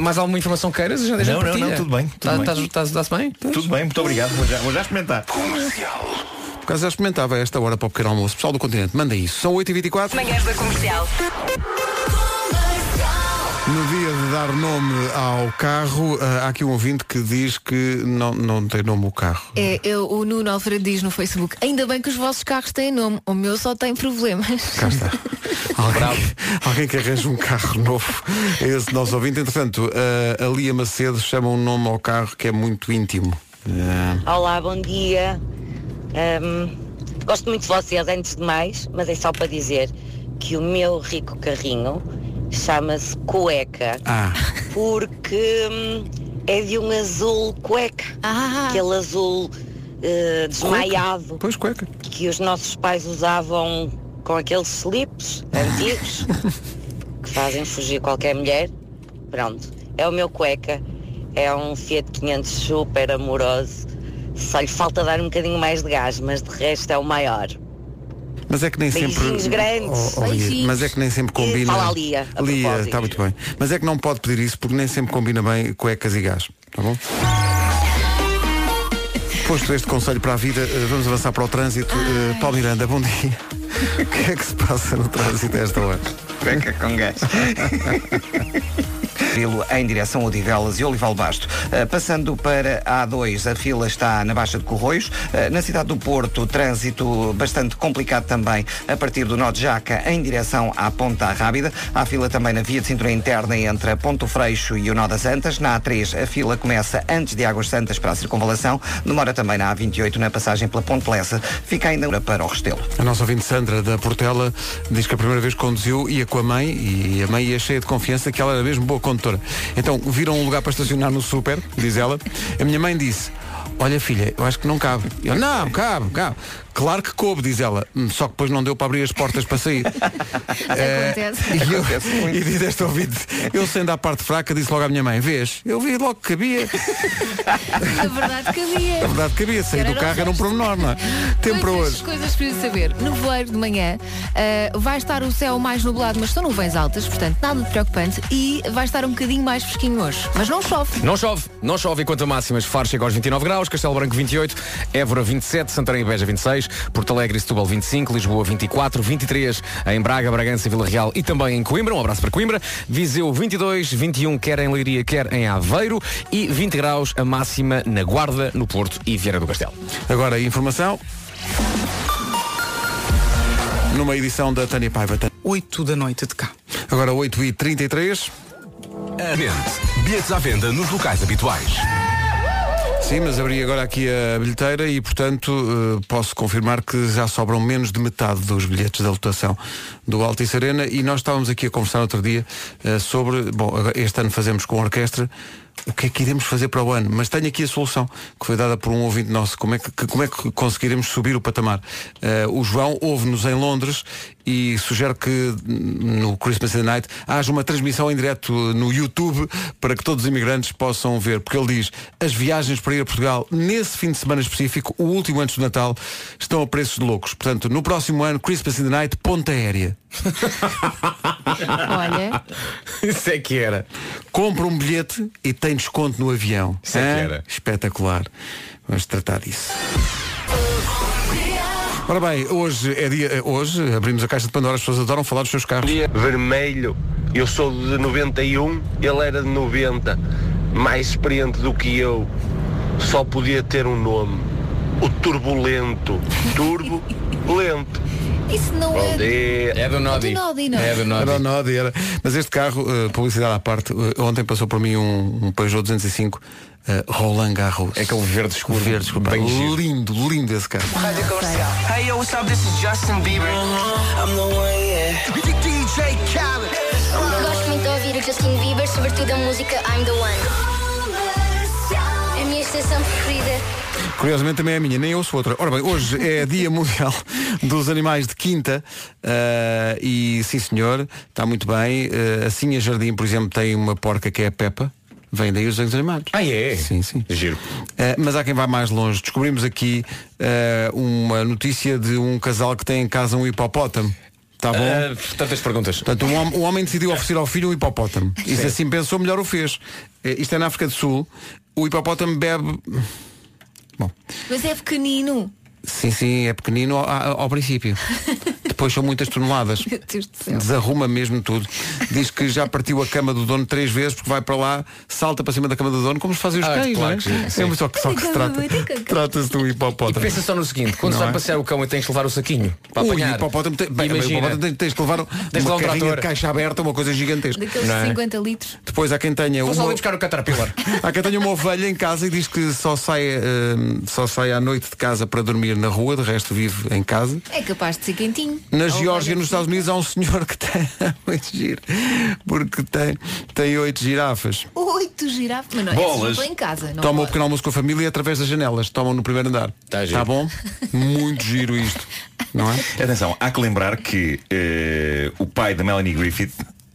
mais alguma informação queiras? A gente- a gente
Não, não,
partilha.
não, tudo bem, tudo
Tá-
bem.
estás- estás- Estás bem? Tá.
Tudo bem, muito obrigado. Vou já, vou já experimentar.
Por acaso já experimentava a esta hora para o pequeno almoço. Pessoal do continente, manda isso. São 8h24.
Manhãs da comercial.
No dia de dar nome ao carro, ah, há aqui um ouvinte que diz que não, não tem nome o carro.
É, eu, o Nuno Alfredo diz no Facebook, ainda bem que os vossos carros têm nome, o meu só tem problemas.
Cá está. Alguém, alguém que arranja um carro novo. É Esse nosso ouvinte. Entretanto, ah, a Lia Macedo chama um nome ao carro que é muito íntimo. Ah,
Olá, bom dia. Ahm, gosto muito de vocês, antes de mais, mas é só para dizer que o meu rico carrinho chama-se Cueca.
Ah.
Porque hum, é de um azul cueca. Aquele azul eh, desmaiado.
Pois, cueca.
Que os nossos pais usavam com aqueles slips antigos que fazem fugir qualquer mulher. Pronto, é o meu cueca. É um Fiat 500 super amoroso. Só lhe falta dar um bocadinho mais de gás, mas de resto é o maior.
Mas é que nem
Beijinhos
sempre.
grandes.
Lia,
Beijinhos.
mas é que nem sempre combina.
Fala a Lia, a
Lia,
propósito.
está muito bem. Mas é que não pode pedir isso porque nem sempre combina bem cuecas e gás. Tá bom? Posto este conselho para a vida, eh, vamos avançar para o trânsito. Eh, Paulo Miranda, bom dia. O
é
que é que se passa no trânsito a esta hora?
Cueca com gás. Rilo em direção a Odivelas e Olival Basto. Eh, Passando para a A2, a fila está na Baixa de Corroios. Eh, Na cidade do Porto, trânsito bastante complicado também a partir do Nó de Jaca em direção à Ponta Rábida. Há fila também na via de cintura interna entre a Ponto Freixo e o Nó das Antas. Na A3, a fila começa antes de Águas Santas para a circunvalação. Demora também na A28 na passagem pela Ponte Lessa. Fica ainda para o Restelo.
A nossa ouvinte Sandra da Portela diz que a primeira vez que conduziu ia com a mãe e a mãe ia cheia de confiança que ela era mesmo boa condutora. Então viram um lugar para estacionar no super, diz ela. A minha mãe disse, olha filha, eu acho que não cabe. Eu, não, cabe, cabe. Claro que coube, diz ela, "Hum, só que depois não deu para abrir as portas para sair. Eh,
Acontece.
e, eu-
Acontece muito.
e diz este ouvido, eu sendo à parte fraca, disse logo à minha mãe, vês, eu vi logo que cabia.
A verdade cabia.
A verdade cabia, sair
Era
do carro era um pormenor, não é? Tempo para
Coisas-
hoje.
Coisas para saber. Nevoeiro de manhã ah, vai estar o céu mais nublado, mas são nuvens altas, portanto nada de preocupante e vai estar um bocadinho mais fresquinho hoje. Mas não chove.
Não chove, não chove enquanto a máximas Faro chega aos 29 graus, Castelo Branco 28, Évora 27, Santarém e Beja 26, Porto Alegre e Setúbal 25, Lisboa 24, 23 em Braga, Bragança, Vila Real e também em Coimbra, um abraço para Coimbra, Viseu 22, 21 quer em Leiria, quer em Aveiro e 20 graus a máxima na Guarda, no Porto e Vieira do Castelo.
Agora, informação. Numa edição da Tânia Paiva.
8 da noite de cá.
Agora 8h33.
Mente. Bilhetes à venda nos locais habituais.
Sim, mas abri agora aqui a bilheteira e, portanto, eh, posso confirmar que já sobram menos de metade dos bilhetes da lotação do Altice Arena e nós estávamos aqui a conversar outro dia eh, sobre, bom, agora- este ano fazemos com a orquestra, o que é que iremos fazer para o ano? Mas tenho aqui a solução que foi dada por um ouvinte nosso, como é que, que- como é que conseguiremos subir o patamar? Eh, o João ouve-nos em Londres e sugere que hum, no Christmas in the Night haja uma transmissão em direto no YouTube para que todos os imigrantes possam ver, porque ele diz as viagens para ir a Portugal nesse fim de semana específico, o último antes do Natal, estão a preços de loucos. Portanto, no próximo ano, Christmas in the Night, ponta aérea.
Olha.
Isso é que era. Compra um bilhete e tem desconto no avião. Isso é que era. Espetacular. Vamos tratar disso. Ora bem, hoje é dia. eh, Hoje abrimos a caixa de Pandora, as pessoas adoram falar dos seus carros.
Vermelho, eu sou de 91, ele era de 90, mais experiente do que eu, só podia ter um nome, o Turbulento. Turbo lento.
Isso não
Bom
é.
dia.
É do
Nodi. Do Nodi, não é? É do Nodi.
Era o Nodi, era. Mas este carro, eh, publicidade à parte, eh, ontem passou por mim um, um Peugeot 205 eh, Roland Garros. É aquele verde escuro. Verde escuro.
bem
Pá,
giro.
lindo, lindo esse carro.
Rádio Comercial. Hey, yo, what's up? This is Justin Bieber. Uh-huh. I'm the one, yeah. DJ Khaled.
Gosto muito de ouvir o Justin Bieber, sobretudo a música I'm the One. É a minha estação preferida.
Curiosamente também é a minha, nem ouço outra. Ora bem, hoje é Dia Mundial dos Animais de Quinta eh, e sim senhor, está muito bem. Eh, a Sinha Jardim, por exemplo, tem uma porca que é a Peppa. Vem daí os desenhos animados. Ah, é? Sim, sim. Giro. mas há quem vá mais longe. Descobrimos aqui eh, uma notícia de um casal que tem em casa um hipopótamo. Está Tá bom?
Ah, tantas perguntas.
Portanto, um, hom- um homem decidiu oferecer ao filho um hipopótamo. E se
Sim.
assim pensou, melhor o fez. Eh, Isto é na África do Sul. O hipopótamo bebe
Mas é pequenino.
Sim, sim, é pequenino ao, ao- ao princípio. Depois são muitas toneladas.
Meu Deus do céu.
Desarruma mesmo tudo. Diz que já partiu a cama do dono três vezes, porque vai para lá, salta para cima da cama do dono, como se fazem os
Ah,
cães, não
claro
é?
que sim, sim.
É só que, só que se trata. Trata-se de um hipopótamo.
Pensa só no seguinte, quando
Não
se vai
é?
passear o cão e tens que levar o saquinho para
Ui,
apanhar.
hipopótamo tem- bem,
Imagina.
bem, hipopótamo tem- tens que levar
Tens que
uma
levar um
carrinha
trator.
de caixa aberta, uma coisa gigantesca.
Daqueles
Não é?
50 litros.
Depois há quem tenha
Vou só
uma...
ali buscar o Caterpillar.
Há quem tenha uma ovelha em casa e diz que só sai, hum, só sai à noite de casa para dormir na rua, de resto vive em casa.
É capaz de ser quentinho.
Na Geórgia, nos Estados Unidos, há um senhor que tem muito giro, porque tem, tem oito girafas.
Oito girafas. Mas não, Bolas. em casa. Não é?
Toma o
pode.
pequeno almoço com a família através das janelas. Tomam no primeiro andar. Está bom? Muito giro isto. Não é?
Atenção, há que lembrar que eh, o pai da Melanie Griffith,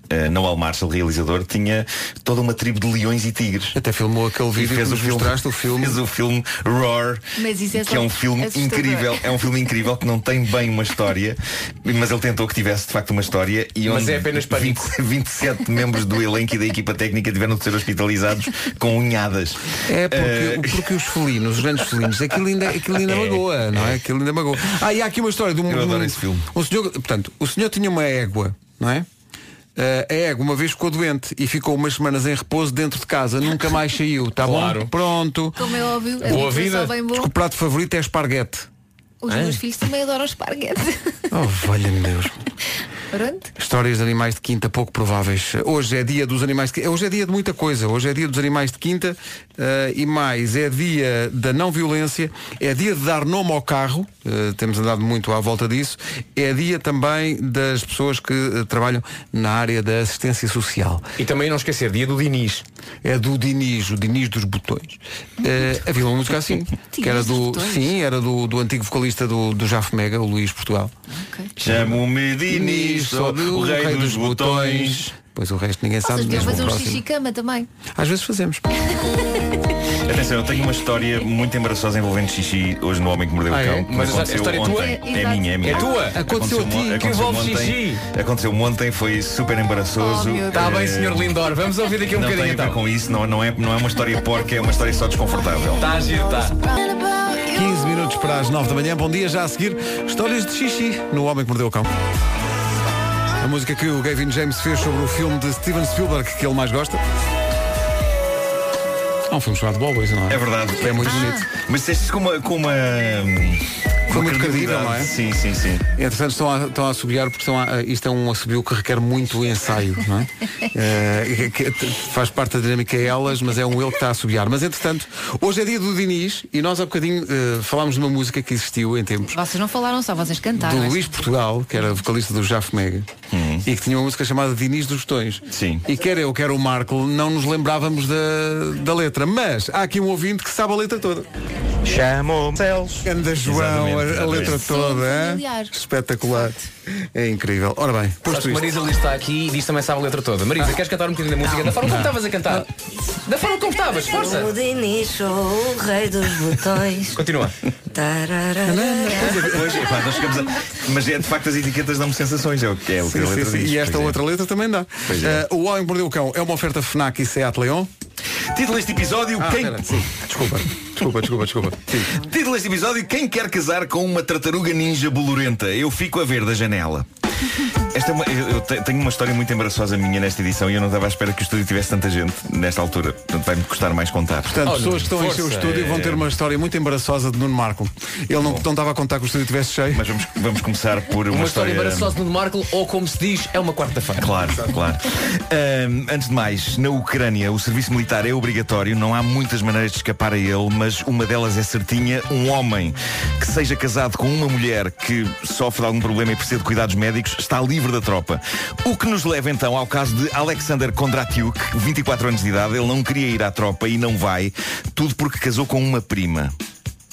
eh, Noel Marshall, realizador, tinha toda uma tribo de leões e tigres.
Até filmou aquele
vídeo fez que nos mostraste
o filme.
Fez o filme Roar,
Mas isso é
que é
só
um filme
assustador.
incrível. É um filme incrível que não tem bem uma história, mas ele tentou que tivesse de facto uma história e
Mas
onde
é apenas pânico.
20 27 membros do elenco e da equipa técnica tiveram de ser hospitalizados com unhadas.
É
Eh,
porque, porque os felinos, os grandes felinos, aquilo ainda, aquilo ainda magoa, não é? Aquilo ainda magoa. Ah, e há aqui uma história de um.
Eu adoro
de um-
esse filme.
um senhor, portanto, o senhor tinha uma égua, não é? eh, a ego uma vez ficou doente e ficou umas semanas em repouso dentro de casa, nunca mais saiu, tá
Claro.
bom? Pronto.
Como é óbvio, a
Boa
minha
vida.
só bem
Diz
bom.
que O prato favorito é esparguete.
Os
Hã?
meus filhos também adoram esparguete.
Oh, valha-me Deus.
Pronto.
Histórias de animais de quinta pouco prováveis. Hoje é dia dos animais de quinta. Hoje é dia de muita coisa. Hoje é dia dos animais de quinta eh, e mais. É dia da não violência. É dia de dar nome ao carro. eh, temos andado muito à volta disso. É dia também das pessoas que eh, trabalham na área da assistência social.
E também não esquecer, dia do Diniz.
É do Diniz, o Diniz dos Botões. Eh, havia uma música assim, que era do. Sim, era do, do antigo vocalista do, do Jafo Mega, o Luís Portugal.
Chamo-me Dinis, sou o rei dos botões.
Pois o resto ninguém sabe
Vocês deviam
mesmo.
fazer
o
um
próximo.
xixi-cama também.
Às vezes fazemos.
Atenção, eu tenho uma história muito embaraçosa envolvendo xixi hoje no Homem que Mordeu
Ah,
o
é?
Cão. que me
Mas a- a
aconteceu
história é tua?
ontem.
É,
É minha, é minha.
é tua? Aconteceu a ti?
mon-
Que
aconteceu
envolve
ontem,
xixi? Tá
Aconteceu ontem, foi super
Oh,
embaraçoso.
Está Tá bem,
Eh,
senhor Lindor. Vamos ouvir daqui um
não
bocadinho
tem a ver
então.
com isso, não, não, é, não é uma história porca, é uma história só desconfortável.
Está a giro,
Tá.
está.
15 minutos para as 9 da manhã. Bom dia, já a seguir, histórias de xixi no Homem que Mordeu o Cão. A música que o Gavin James fez sobre o filme de Steven Spielberg que ele mais gosta. Há um filme chamado Boys, não é?
É verdade.
É muito bonito.
Mas disseste com uma. Com uma hum, uma
Foi muito credível,
credibilidade.
não é?
Sim, sim, sim.
Entretanto, estão a, estão a assobiar porque estão a- isto é um assobio que requer muito ensaio, não é? Eh, que- que faz parte da dinâmica elas, mas é um ele que está a assobiar. Mas, entretanto, hoje é dia do Diniz e nós há bocadinho eh, falámos de uma música que existiu em tempos
Vocês não falaram só, vocês cantaram.
do
esta.
Luís Portugal, que era vocalista do Jafo Mega, e que tinha uma música chamada Diniz dos Botões. Sim. E quer eu, quer o Marco, não nos lembrávamos da, da letra. Mas há aqui um ouvinte que sabe a letra toda.
Chamou-me Celso.
Anda João,
Exatamente,
a, a letra
exatamente.
toda.
Sim,
hã?
familiar.
Espetacular. É incrível. Ora bem,
Sabes
posto
que
isto.
Marisa ali está aqui e diz também sabe a letra toda. Marisa, queres cantar um bocadinho da música? Da forma como
Não.
estavas a cantar. Da forma como estavas, força.
O Diniz, sou o rei dos botões.
Continua.
Pois, epá, nós chegamos a... Mas é de facto as etiquetas dão-me sensações, é o que é o que
Sim,
a
sim,
letra
sim.
diz,
E esta
pois é.
outra letra também dá.
Pois é.
Eh, o Homem que Mordeu o Cão é uma oferta FNAC e Seat Leon. Ah,
Título deste episódio, quem.
Desculpa, desculpa, desculpa, desculpa.
Título deste episódio, quem quer casar com uma tartaruga ninja bolorenta? Eu fico a ver da janela. Esta é uma- eu, eu te- tenho uma história muito embaraçosa minha nesta edição e eu não estava à espera que o estúdio tivesse tanta gente nesta altura. Portanto, vai-me custar mais contar.
Portanto, pessoas que estão a encher o estúdio vão ter uma história muito embaraçosa de Nuno Marco. Ele não, não estava a contar que o estúdio estivesse cheio.
Mas vamos, vamos começar por uma,
Uma história embaraçosa no Marco, ou como se diz, é uma quarta-feira.
Claro, claro. Ahm, antes de mais, na Ucrânia o serviço militar é obrigatório, não há muitas maneiras de escapar a ele, mas uma delas é certinha, um homem que seja casado com uma mulher que sofre de algum problema e precisa de cuidados médicos está livre da tropa. O que nos leva então ao caso de Alexander Kondratyuk, 24 anos de idade, ele não queria ir à tropa e não vai, tudo porque casou com uma prima.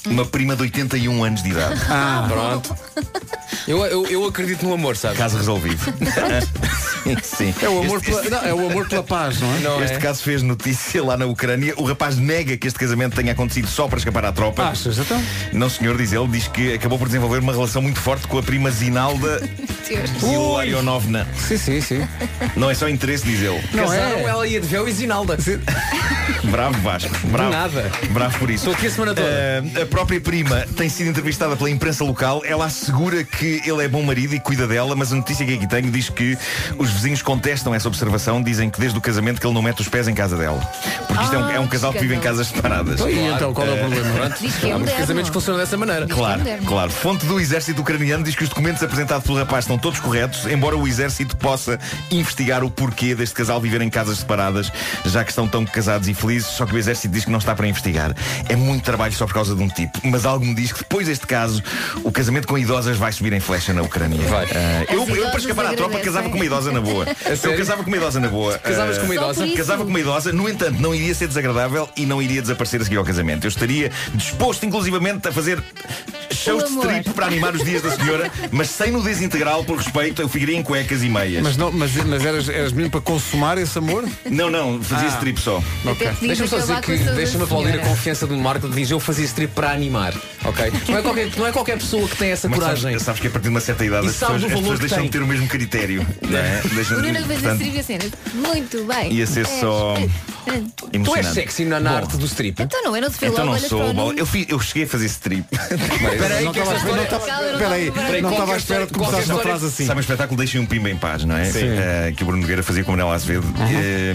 Uma prima de 81 anos de idade.
Ah, pronto. Eu, eu, eu acredito no amor, sabe?
Caso resolvido. sim, sim.
É o amor
Este-
pela,
este-
não, é o amor pela paz, não é?
este caso fez notícia lá na Ucrânia. O rapaz nega que este casamento tenha acontecido só para escapar à tropa.
Achas, então?
Não, senhor, diz ele, diz que acabou por desenvolver uma relação muito forte com a prima Zinalda Illarionovna.
Sim, sim, sim. é?
Não é só interesse, diz ele.
Casaram ela e Advel e Zinalda.
Bravo Vasco, bravo.
nada.
Bravo por isso.
Estou aqui a semana toda.
Ah, a própria prima tem sido entrevistada pela imprensa local. Ela assegura que ele é bom marido e cuida dela, mas a notícia que aqui tenho diz que os vizinhos contestam essa observação, dizem que desde o casamento que ele não mete os pés em casa dela. Porque isto é um, é um casal que vive em casas separadas.
Então, e então, qual é o
Ah,
problema?
pronto.
Ah, Diz que é Há muitos moderno. casamentos que funcionam dessa maneira. Diz que é
Claro,
moderno.
claro. Fonte do exército ucraniano diz que os documentos apresentados pelo rapaz estão todos corretos, embora o exército possa investigar o porquê deste casal viver em casas separadas, já que estão tão casados e felizes, só que o exército diz que não está para investigar. É muito trabalho só por causa de um tipo, mas algo me diz que depois deste caso, o casamento com idosas vai subir em flecha na Ucrânia. Vai. eu,
As
eu, para
idosas
escapar à tropa,
agradecem.
casava com uma idosa na boa.
A
Eu
sério?
casava com uma idosa na boa.
Casavas
Ah,
com uma Só idosa? por isso?
Casava com uma idosa, no entanto, não iria ser desagradável e não iria desaparecer a seguir ao casamento. Eu estaria disposto, inclusivamente, a fazer shows de
amor.
strip para animar os dias da senhora, mas sem nudez integral, por respeito, eu ficaria em cuecas e meias.
Mas, não, mas, mas eras, eras menino para consumar esse amor?
Não, não, fazia
Ah.
strip só.
Ok.
Deixa-me só dizer
acabar com
que
essa
deixa-me aplaudir a
senhora.
confiança do Marco que diz eu fazia strip para animar. Ok? Não é qualquer, não é qualquer pessoa que tem essa
Mas
coragem.
sabes, sabes que a partir de uma certa idade
E
as
sabes
pessoas,
o
as
valor
pessoas
que
deixam
tem.
de ter o mesmo critério. não é?
O
Deixam de-
Nuno fez a
portanto,
estribilha cena. Muito bem.
ia ser só.
Tu és
Emocionante.
sexy na, na arte do strip.
Então não, eu não te vi logo,
Então não
olhas para
sou.
o
Bom,
Nuno.
eu, fi- eu cheguei a fazer strip.
Peraí, não que estava- essa não tá- história- estava- Calma, não peraí, estava- não estava à espera de começares uma frase assim.
Sabe um espetáculo Deixem um Pimba em Paz, não é?
Sim.
Eh, que o Bruno Nogueira fazia com o Manel Azevedo. Eh,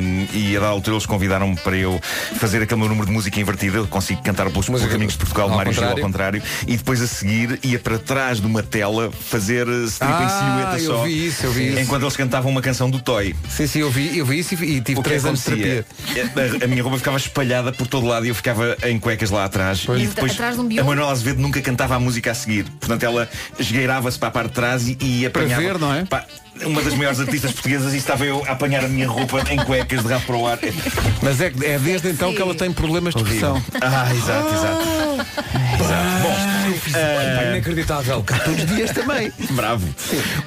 e a dada altura eles convidaram-me para eu fazer aquele meu número de música invertida. Eu consigo cantar pelos, pelos amigos de Portugal, de
ao
Mário Gil, ao
contrário.
contrário. E depois a seguir ia para trás de uma tela fazer eh, strip em
Ah,
silhueta
eu
só.
vi isso, eu vi isso.
Enquanto eles cantavam uma canção do Toy.
Sim, sim, eu vi, eu vi isso e, e tive
O que é
três
que
anos de terapia.
acontecia? A, a minha roupa ficava espalhada por todo lado e eu ficava em cuecas lá atrás.
Pois.
E depois
Atrás de um
a
biombo?
Manuela Azevedo nunca cantava a música a seguir. Portanto, ela esgueirava-se para a parte de trás e, e apanhava.
ver,
não é? uma das maiores artistas portuguesas e estava eu a apanhar a minha roupa em cuecas de rabo para o ar.
Mas é, que- é desde então que ela tem problemas de
Horrível.
pressão.
Ah, exato, exato. Exato. Bom,
Pá,
eh,
Inacreditável.
todos os dias também. Bravo.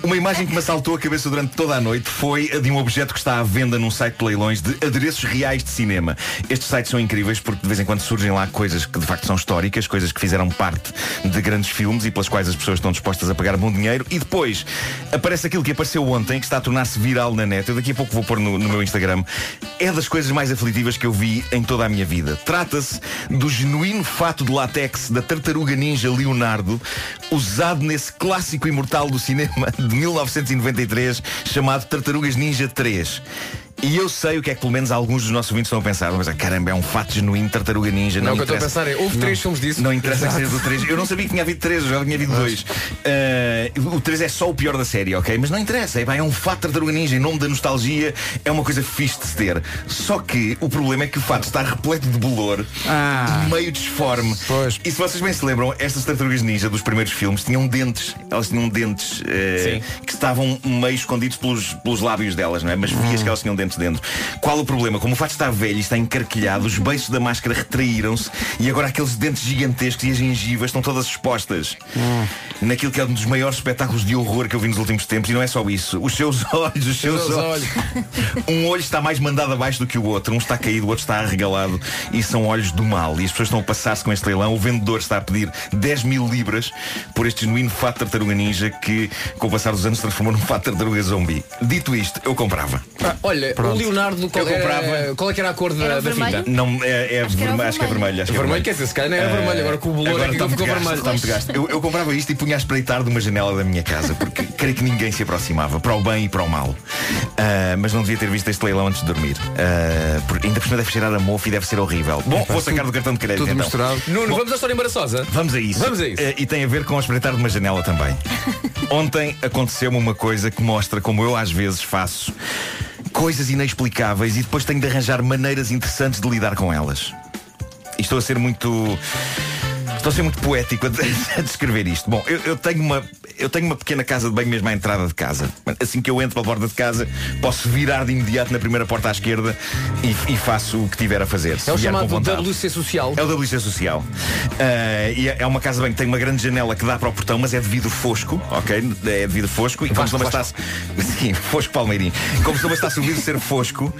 Uma imagem que me assaltou a cabeça durante toda a noite foi a de um objeto que está à venda num site de leilões de adereços reais de cinema. Estes sites são incríveis porque de vez em quando surgem lá coisas que de facto são históricas, coisas que fizeram parte de grandes filmes e pelas quais as pessoas estão dispostas a pagar bom dinheiro. E depois aparece aquilo que apareceu ontem, que está a tornar-se viral na net. Eu daqui a pouco vou pôr no, no meu Instagram. É das coisas mais aflitivas que eu vi em toda a minha vida. Trata-se do genuíno fato de látex da tartaruga ninja Leonardo, usado nesse clássico imortal do cinema de 1993, chamado Tartarugas Ninja 3. E eu sei o que é que pelo menos alguns dos nossos ouvintes estão a pensar, mas ah, caramba, é um fato genuíno de Tartaruga Ninja.
Não,
Não,
o que eu estou a
interessa-
pensar é, houve
Não.
três filmes disso.
Não interessa
Exato.
que seja do 3. Eu não sabia que tinha havido 3, já tinha havido 2. o 3 é só o pior da série, ok? Mas não interessa, é, pá, é um fato de Tartaruga Ninja em nome da nostalgia, é uma coisa fixe de se ter. Só que o problema é que o fato está repleto de bolor
Ah.
e meio disforme. E se vocês bem se lembram, estas tartarugas ninja dos primeiros filmes tinham dentes. Elas tinham dentes eh, que estavam meio escondidos pelos, pelos lábios delas, não é? Mas vias que elas tinham dentes dentro. Qual o problema? Como o fato está velho e está encarquilhado, os beiços da máscara retraíram-se e agora aqueles dentes gigantescos e as gengivas estão todas expostas naquilo que é um dos maiores espetáculos de horror que eu vi nos últimos tempos e não é só isso. Os seus olhos, os seus,
seus
olhos. um olho está mais mandado abaixo do que o outro, um está caído, o outro está arregalado e são olhos do mal. E as pessoas estão a passar-se com este leilão. O vendedor está a pedir 10 mil libras por este genuíno fato de tartaruga ninja que, com o passar dos anos, se transformou num fato de tartaruga zombie. Dito isto, eu comprava.
Ah, olha, o Leonardo, qual,
Eu
era,
comprava.
qual é que era a cor da,
Era
da
vermelho?
fita?
Não, é, é vermelho, acho que é vermelho. acho que é
Vermelho, quer dizer, se calhar não era
Eh,
vermelho, agora com o bolor é que
agora está
ficou
muito gasto,
vermelho.
Está muito gasto. Eu, eu comprava isto e punha a espreitar de uma janela da minha casa, porque creio que ninguém se aproximava, para o bem e para o mal. Ah, mas não devia ter visto este leilão antes de dormir. Ah, porque ainda por cima deve cheirar a mofo e deve ser horrível. Bom,
Epá,
vou sacar
tudo-
do cartão de crédito.
tudo
então.
misturado. Nuno,
Bom,
vamos à história embaraçosa?
Vamos a isso.
Vamos a isso.
Eh, e tem a ver com espreitar de uma janela também. Ontem aconteceu-me uma coisa que mostra como eu às vezes faço coisas inexplicáveis e depois tenho de arranjar maneiras interessantes de lidar com elas. E estou a ser muito. Estou a ser muito poético a, de- a descrever isto. Bom, eu, eu tenho uma, eu tenho uma pequena casa de banho mesmo à entrada de casa. Assim que eu entro pela porta de casa, posso virar de imediato na primeira porta à esquerda e, e faço o que tiver a fazer. se
É o
vier com
chamado
vontade.
WC Social.
É o WC Social. Ah, e é é uma casa bem que tem uma grande janela que dá para o portão, mas é de vidro fosco, ok? É de vidro fosco e como se não bastasse. Sim, fosco palmeirinho. Como se não bastasse o vidro ser fosco,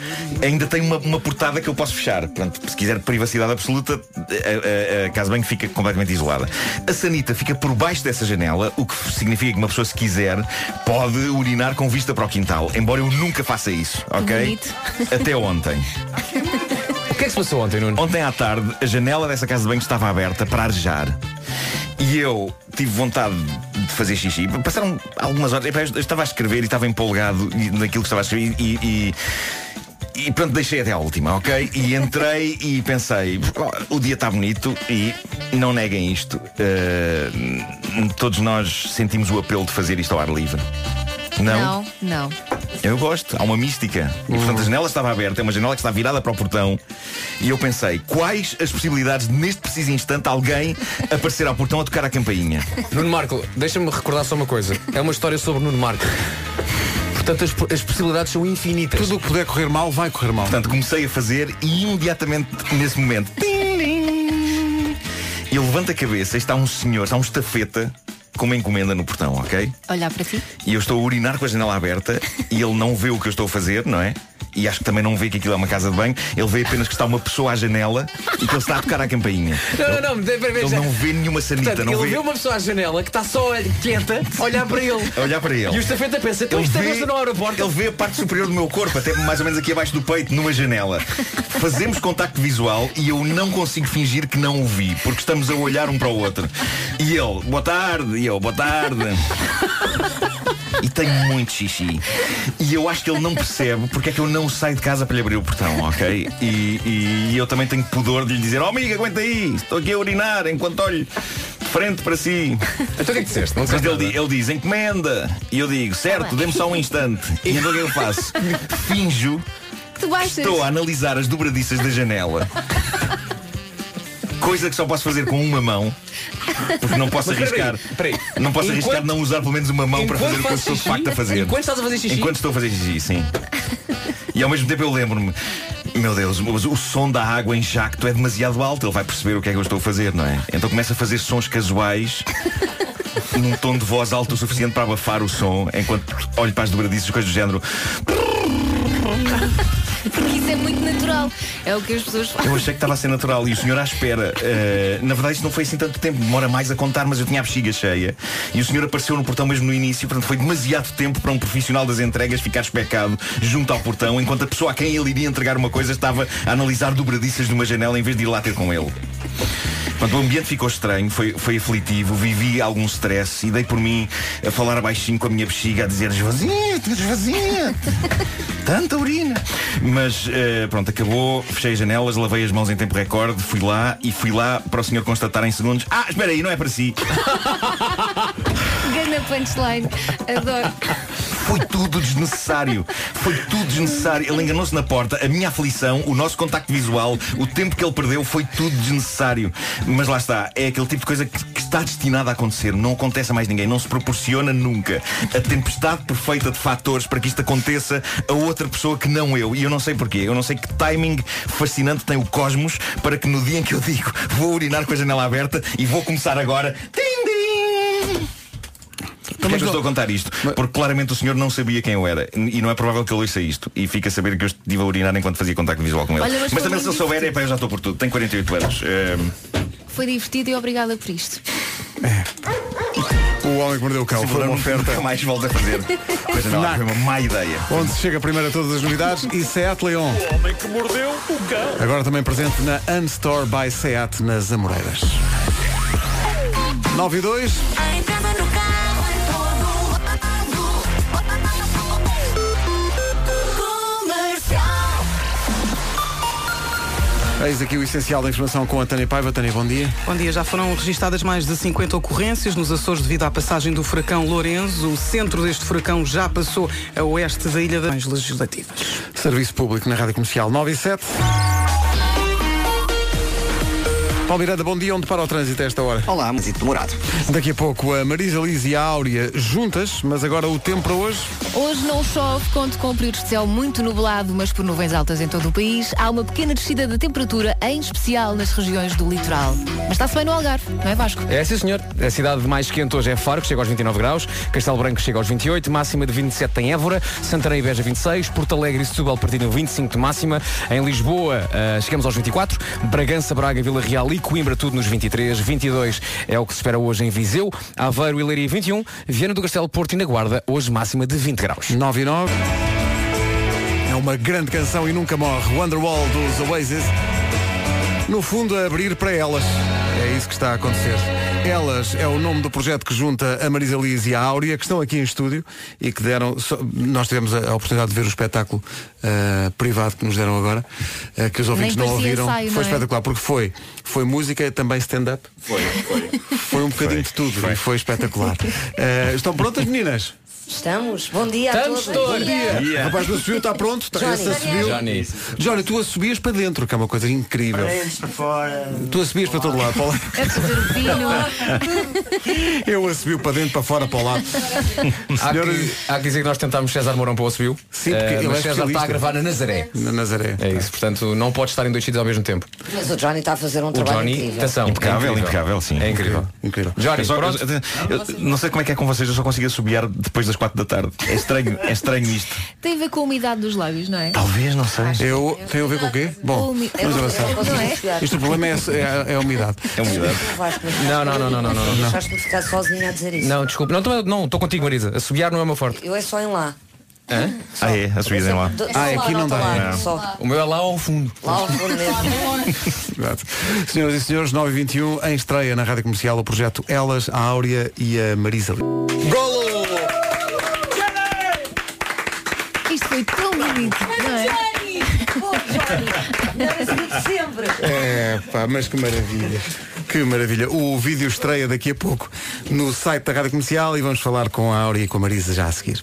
ainda tem uma, uma portada que eu posso fechar. Portanto, se quiser privacidade absoluta, a, a- a casa bem que fica completamente isolada. A sanita fica por baixo dessa janela, o que significa que uma pessoa, se quiser, pode urinar com vista para o quintal. Embora eu nunca faça isso, ok?
bonito.
Até ontem. O que é que se passou ontem, Nuno? Ontem à tarde, a janela dessa casa de banho estava aberta para arejar. E eu tive vontade de fazer xixi. Passaram algumas horas. Epá, Eu estava a escrever e estava empolgado naquilo que estava a escrever e. e- e pronto, deixei até à última, ok? E entrei e pensei, "Oh, o dia está bonito e não neguem isto. eh, todos nós sentimos o apelo de fazer isto ao ar livre.
Não, não.
Eu gosto, há uma mística. E portanto a janela estava aberta, é uma janela que está virada para o portão. E eu pensei, quais as possibilidades de, neste preciso instante alguém aparecer ao portão a tocar a campainha?
Nuno Marco, deixa-me recordar só uma coisa. É uma história sobre Nuno Marco. Portanto, as, as possibilidades são infinitas.
Tudo o que puder correr mal, vai correr mal.
Portanto, comecei a fazer e imediatamente nesse momento. tim, tim, Eu levanto a cabeça e está um senhor, está um estafeta com uma encomenda no portão, ok?
Olhar para ti.
E eu estou a urinar com a janela aberta e ele não vê o que eu estou a fazer, não é? e acho que também não vê que aquilo é uma casa de banho. Ele vê apenas que está uma pessoa à janela e que ele está a tocar à campainha.
Não,
Ele-
não, não, deve haver
Ele
já-
não vê nenhuma sanita,
Portanto,
não
ele
vê.
vê uma pessoa à janela que está só quieta a olhar para ele.
A olhar para ele.
E o estafeta pensa, então
Ele
isto é
vê-
moça no aeroporto.
Ele vê a parte superior do meu corpo, até mais ou menos aqui abaixo do peito, numa janela. Fazemos contacto visual e eu não consigo fingir que não o vi, porque estamos a olhar um para o outro. E ele, boa tarde, e eu, boa tarde. E tenho muito xixi. E eu acho que ele não percebe porque é que eu não saio de casa para lhe abrir o portão, ok? E, e eu também tenho pudor de lhe dizer, oh amiga, aguenta aí, estou aqui a urinar enquanto olho de frente para si.
Então o que é que disseste? Não
Mas
disseste
ele, di- ele diz, encomenda. E eu digo, certo, dê-me só um instante. E então o que é que eu faço? Finjo
Que tu baixas.
Estou a analisar as dobradiças da janela. Coisa que só posso fazer com uma mão. Porque não posso
Mas
arriscar.
peraí, peraí.
Não posso arriscar
Enquanto-
não usar pelo menos uma mão para fazer
enquanto
o que eu
fazes
estou de
xixi?
facto a fazer.
Enquanto estás a fazer xixi?
Enquanto estou a fazer xixi, sim. E ao mesmo tempo eu lembro-me, meu Deus, mas o som da água em jacto é demasiado alto, ele vai perceber o que é que eu estou a fazer, não é? Então começa a fazer sons casuais num tom de voz alto o suficiente para abafar o som, enquanto olho para as dobradiças e coisas do género.
Porque isso é muito natural. É o que as pessoas fazem.
Eu achei que estava a ser natural e o senhor à espera. Eh, na verdade, isto não foi assim tanto tempo, demora mais a contar, mas eu tinha a bexiga cheia. E o senhor apareceu no portão mesmo no início, portanto foi demasiado tempo para um profissional das entregas ficar especado junto ao portão, enquanto a pessoa a quem ele iria entregar uma coisa estava a analisar dobradiças de uma janela em vez de ir lá ter com ele. Portanto, o ambiente ficou estranho, foi, foi aflitivo, vivi algum stress e dei por mim a falar baixinho com a minha bexiga, a dizer esvazia-te, esvazia-te. Tanta urina. Mas eh, pronto, acabou, fechei as janelas, lavei as mãos em tempo recorde, fui lá e fui lá para o senhor constatar em segundos. Ah, espera aí, não é para si.
Gana punchline. Adoro.
Foi tudo desnecessário. Foi tudo desnecessário. Ele enganou-se na porta. A minha aflição, o nosso contacto visual, o tempo que ele perdeu, foi tudo desnecessário. Mas lá está. É aquele tipo de coisa que, que está destinada a acontecer. Não acontece a mais ninguém. Não se proporciona nunca. A tempestade perfeita de fatores para que isto aconteça a outra pessoa que não eu. E eu não sei porquê. Eu não sei que timing fascinante tem o cosmos para que no dia em que eu digo vou urinar com a janela aberta e vou começar agora. Tim, tim! Porquê é que eu é estou a contar isto? Porque claramente o senhor não sabia quem eu era E não é provável que ele ouça isto E fica a saber que eu estive a urinar enquanto fazia contacto visual com ele
Olha, mas
mas,
foi
também se
muito
ele souber, é pá, eu já estou por tudo Tenho 48 anos Ehm,
Foi divertido e obrigada por isto.
O Homem que Mordeu o Cão
Esse
foi uma
programa
oferta.
nunca mais volta a fazer. Coisa não,
Fnac,
foi uma má ideia
Onde se chega primeiro a todas as novidades é e Seat Leon.
homem que mordeu o cão.
Agora também presente na Unstore by Seat nas Amoreiras. 9 e 2.
A entrada no carro em todo lado. Comercial.
Eis aqui o essencial da informação com a Tânia Paiva. Tânia, bom dia.
Bom dia, já foram registadas mais de 50 ocorrências nos Açores devido à passagem do furacão Lourenço. O centro deste furacão já passou a oeste da Ilha das Mães Legislativas.
Serviço Público na Rádio Comercial 9 e 7. Paulo Miranda, bom dia. Onde para o trânsito a esta hora?
Olá, trânsito demorado.
Daqui a pouco a Marisa Liz e a Áurea juntas, mas agora o tempo para hoje.
Hoje não chove, conto com períodos de céu muito nublado, mas por nuvens altas em todo o país. Há uma pequena descida da temperatura, em especial nas regiões do litoral. Mas está-se bem no Algarve, não é Vasco?
É, sim, senhor. A cidade mais quente hoje é Faro, que chega aos 29 graus. Castelo Branco chega aos 28. Máxima de 27 em Évora. Santarém e Beja, 26. Porto Alegre e Setúbal partilham 25 de máxima. Em Lisboa, ah, chegamos aos 24. Bragança, Braga, Vila Real e Coimbra, tudo nos 23. 22 é o que se espera hoje em Viseu. Aveiro e Leiria, 21. Viana do Castelo, Porto e na Guarda, hoje máxima de 20 graus.
9 e 9. É uma grande canção e nunca morre. Wonderwall dos Oasis. No fundo, a abrir para elas. É isso que está a acontecer. Elas é o nome do projeto que junta a Marisa Liz e a Áurea, que estão aqui em estúdio e que deram. só- nós tivemos a, a oportunidade de ver o espetáculo ah, privado que nos deram agora, ah, que os ouvintes não
parecia
ouviram.
ensaio,
foi
não é?
espetacular, porque foi. Foi música e também stand-up.
Foi, foi.
Foi um bocadinho de tudo e foi espetacular. Ah, estão prontas, meninas?
Estamos. Bom dia
Estamos
a
todos.
todos.
Bom dia.
O rapaz do subiu está pronto. Tá,
Johnny.
esse assobiu.
Johnny.
Johnny, tu assobias para dentro, que é uma coisa incrível.
para fora.
Tu assobias para todo lado, para o lado.
É fazer o
Eu assobio para dentro, para fora, para o lado.
Há que, há que dizer que nós tentámos César Mourão para o Subiu.
Sim, porque ele é
mas César está
especialista.
a gravar na Nazaré.
Na Nazaré. Tá.
É isso, portanto não pode estar em dois sítios ao mesmo tempo.
Mas o Johnny está a fazer um trabalho incrível.
Impecável, impecável, sim.
É incrível.
Incrível.
Eu só- eu- eu não sei como é que é com vocês, eu só consigo assobiar depois das das 4 da tarde. É estranho, é estranho isto.
Tem a ver com a umidade dos lábios, não é?
Talvez, não sei.
Eu, tem a ver com o quê? Bom,
Umi-
vamos
eu-
avançar.
eu- não é?
Isto o problema é, é, é a umidade.
É umidade.
Não, não, não, não, não, não, não.
Deixaste-me ficar sozinha a dizer isso.
Não, desculpa. Não, também- não, estou contigo, Marisa. Assobiar não é o meu forte.
Eu é só em lá.
Hã?
Ah, é? A subida é lá.
Do-
Ah,
só lá, nota lá, só.
O meu é lá ao fundo.
Lá ao fundo mesmo.
Exato. Senhoras e senhores, 9h21, em estreia na Rádio Comercial, o projeto Elas, a Áurea e a Marisa.
Golo!
Isto foi tão bonito, não é?
Oh, sempre.
É, pá, mas que maravilha. Que maravilha. O vídeo estreia daqui a pouco no site da Rádio Comercial e vamos falar com a Áurea e com a Marisa já a seguir.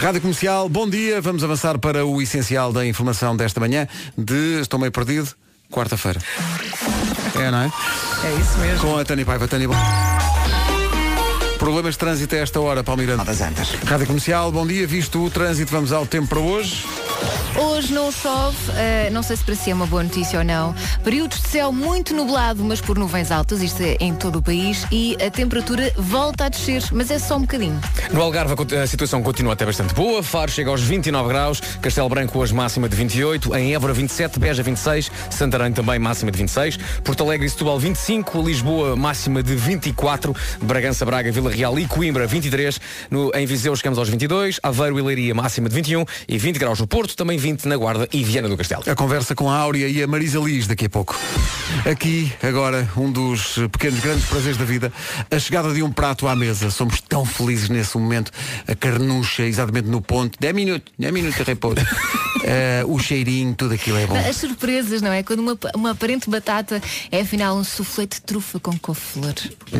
Rádio Comercial, bom dia. Vamos avançar para o essencial da informação desta manhã de Estou Meio Perdido, quarta-feira. É, não é?
É isso mesmo.
Com a Tânia Paiva, Tânia. bom- Problemas de trânsito a esta hora, Palmeirante. das
Antas.
Rádio Comercial, bom dia. Visto o trânsito, vamos ao tempo para hoje.
Hoje não chove, eh, não sei se para si é uma boa notícia ou não. Períodos de céu muito nublado, mas por nuvens altas, isto é em todo o país, e a temperatura volta a descer, mas é só um bocadinho.
No Algarve a cont- a situação continua até bastante boa. Faro chega aos 29 graus, Castelo Branco hoje máxima de 28, em Évora 27, Beja 26, Santarém também máxima de 26, Porto Alegre e Setúbal 25, Lisboa máxima de 24, Bragança, Braga, Vila Real e Coimbra 23, no, em Viseu chegamos aos 22, Aveiro e Leiria máxima de 21 e 20 graus no Porto, também 20 na Guarda e Viana do Castelo.
A conversa com a Áurea e a Marisa Liz daqui a pouco. Aqui, agora, um dos pequenos grandes prazeres da vida, a chegada de um prato à mesa. Somos tão felizes nesse momento. A carnucha, exatamente no ponto. 10 minutos, 10 minutos de repouso. Eh, o cheirinho, tudo aquilo é bom.
As surpresas, não é? Quando uma, uma aparente batata é afinal um soufflé de trufa com couve-flor.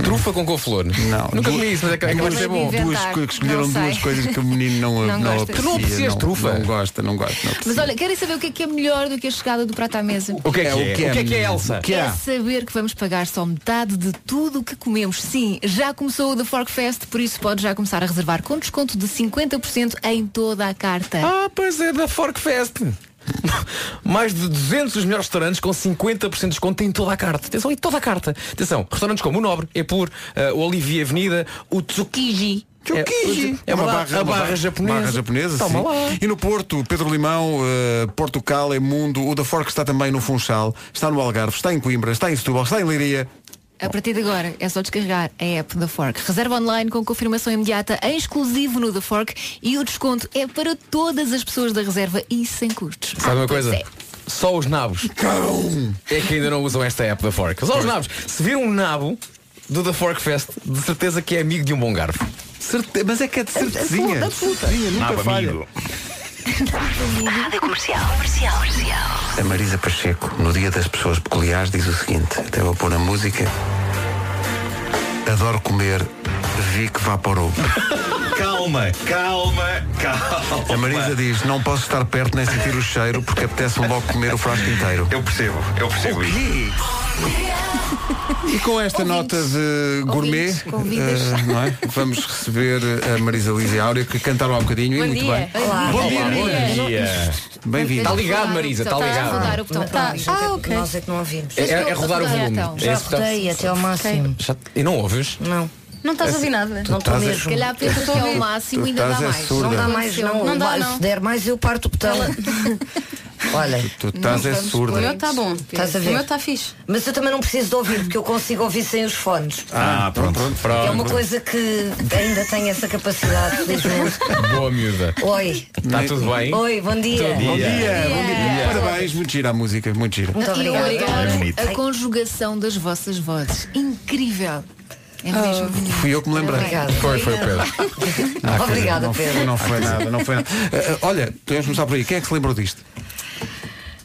Trufa com couve-flor? Não. Nunca comi isso, mas é que é que
duas,
deve ser bom.
duas
Inventar,
co- que escolheram
não sei.
duas coisas que o menino não,
Não
não,
gosta.
aprecia.
Tu não aprecias
não,
trufa?
Não gosta, não gosta. Não aprecia.
Mas olha, querem saber o que é que é melhor do que a chegada do prato à mesa?
O que é que é? O que é que é, Elsa?
O que é? É saber que vamos pagar só metade de tudo o que comemos. Sim, já começou o The Fork Fest, por isso pode já começar a reservar com desconto de 50% em toda a carta.
Ah, pois é, da Fork Fest. Mais de 200 dos melhores restaurantes com 50% de desconto em toda a carta. Atenção, em toda a carta. Atenção, restaurantes como o Nobre, Epur, eh, o Olivia Avenida, o Tsukiji.
Tsukiji.
É, é uma barra, a barra, japonesa.
Barra japonesa,
Toma
sim.
lá.
E no Porto, Pedro Limão, eh, Portugal, é mundo. O da Fork está também no Funchal, está no Algarve, está em Coimbra, está em Setúbal, está em Leiria.
A partir de agora é só descarregar a app da Fork. Reserva online com confirmação imediata, em exclusivo no The Fork e o desconto é para todas as pessoas da reserva e sem custos.
Sabe uma
Ah, pois
coisa?
é.
Só os nabos é que ainda não usam esta app da Fork. Só os nabos. Se vir um nabo do The Fork Fest, de certeza que é amigo de um bom garfo.
Certe- Mas é que é de certezinha.
absoluta, absoluta.
Certezinha, nunca
Nabo
falha.
amigo.
Rádio comercial. Comercial. Comercial.
A Marisa Pacheco, no Dia das Pessoas Peculiares, diz o seguinte, até vou pôr a música. Adoro comer Vic Vaporub.
Calma, calma, calma.
A Marisa diz, não posso estar perto nem sentir o cheiro porque apetece-me logo comer o frasco inteiro.
Eu percebo, eu percebo isso.
E com esta nota de gourmet,
Ouvintes, convidas.
eh, não é? vamos receber a Marisa Liz e a Áurea, que cantaram há um bocadinho e muito bem.
Olá.
Bom dia, meninas.
Bom dia.
Bem-vindas.
Está ligado, Marisa,
tá
está
a rodar o
ligado.
botão para ouvir.
Ah, ok. Nós é que não ouvimos.
É, é- é rodar o volume.
Então,
É
Já
esse que tá-
um. rodei até ao máximo.
Já- E não ouves? É assim.
Não.
Não
É
estás a ouvir
assim,
nada.
Não estou
estás a-
mesmo.
Se calhar pensa que é o máximo
Tu
e ainda dá
estás é
mais.
surda.
Não dá mais, não.
Não dá,
Vai,
não.
Se der mais, eu parto o botão. Olha.
Tu estás é
O
surda.
meu está bom.
Estás a
O meu
ver?
está fixe.
Mas eu também não preciso de ouvir, porque eu consigo ouvir sem os fones.
Ah, pronto.
É uma coisa que ainda tenho essa capacidade, felizmente.
Boa miúda.
Oi.
Está tudo bem?
Oi, bom dia.
Tá Bom dia, bom dia.
dia.
Parabéns, muito gira a música, muito gira. É
Muito
E eu
obrigada.
adoro
bonito.
a conjugação das vossas vozes. Incrível. É mesmo. bonito.
Ah. Fui eu que me lembrei.
Obrigada.
Foi, foi o Pedro. Ah, quer dizer,
Obrigada,
não foi-
Pedro.
Não foi nada, não foi nada. Eh, eh, olha, podemos começar por aí. Quem é que se lembrou disto?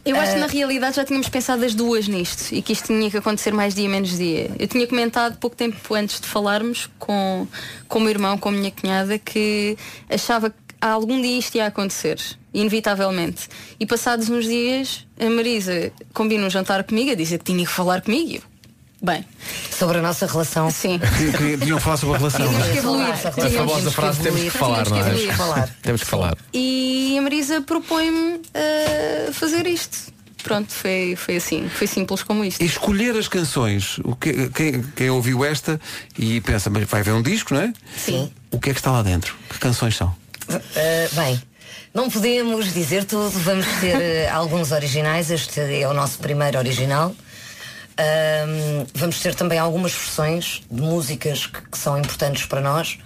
Eu acho que
É.
na realidade já tínhamos pensado as duas nisto e que isto tinha que acontecer mais dia menos dia. Eu tinha comentado pouco tempo antes de falarmos com, com o meu irmão, com a minha cunhada, que achava que algum dia isto ia acontecer, inevitavelmente. E passados uns dias, a Marisa combina um jantar comigo a dizer que tinha que falar comigo. e eu, Bem,
Sobre a nossa relação.
sim.
Que- que Deviam falar sobre a relação. não
Tínhamos
é?
que evoluir.
A
Tínhamos-
famosa frase temos que falar, não
Tínhamos que
é?
evoluir.
Temos que falar.
E a Marisa propõe-me a eh, fazer isto. Pronto, foi, foi assim. Foi simples como isto.
E escolher as canções, o que, quem, quem ouviu esta e pensa, mas vai ver um disco, não é?
Sim.
O que é que está lá dentro? Que canções são?
Ah, bem, não podemos dizer tudo, vamos ter eh, alguns originais, este é o nosso primeiro original. Ahm, vamos ter também algumas versões de músicas que, que são importantes para nós.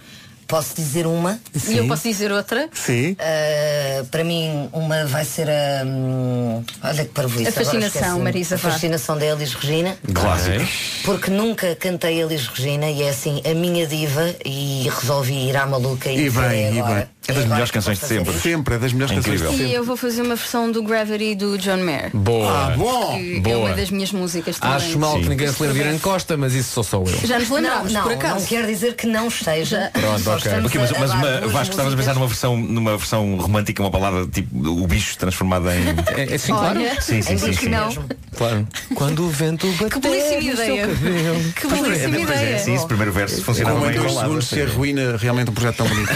Posso dizer uma?
E eu posso dizer outra?
Sim.
Ah, para mim, uma vai ser a. hum, olha que parvoíce.
A
agora
fascinação,
esqueci-me.
Marisa,
A
vá.
fascinação da Elis Regina.
Clássico.
assim. Porque nunca cantei Elis Regina e é assim a minha diva e resolvi ir à maluca e,
E
farei
bem, e
agora.
bem.
É das melhores canções de sempre.
Sempre, é das melhores canções de
E
sempre.
eu vou fazer uma versão do Gravity do John Mayer.
Boa.
Que
bom.
É
Boa.
uma das minhas músicas também.
Acho mal que ninguém se lembre de Irã Costa, mas isso sou só eu.
Já nos lembrávamos,
não, não,
por acaso.
Não quer dizer que não esteja.
Pronto,
Só
ok.
estamos
Ok, mas,
a
mas
dar duas
uma, Vasco, estavas a
músicas.
pensar numa versão, numa versão romântica, uma palavra tipo o bicho transformada em.
É, é sim,
claro. Olha,
Sim, sim,
em
sim.
bicho
sim.
não.
Claro. Quando o vento bateu
Que belíssima
no seu
ideia.
cabelo.
Que
Pois,
belíssima
é, pois é,
ideia.
sim, esse primeiro verso funcionava
Como em
bem
dois
enrolado.
segundos se arruína realmente um projeto tão bonito.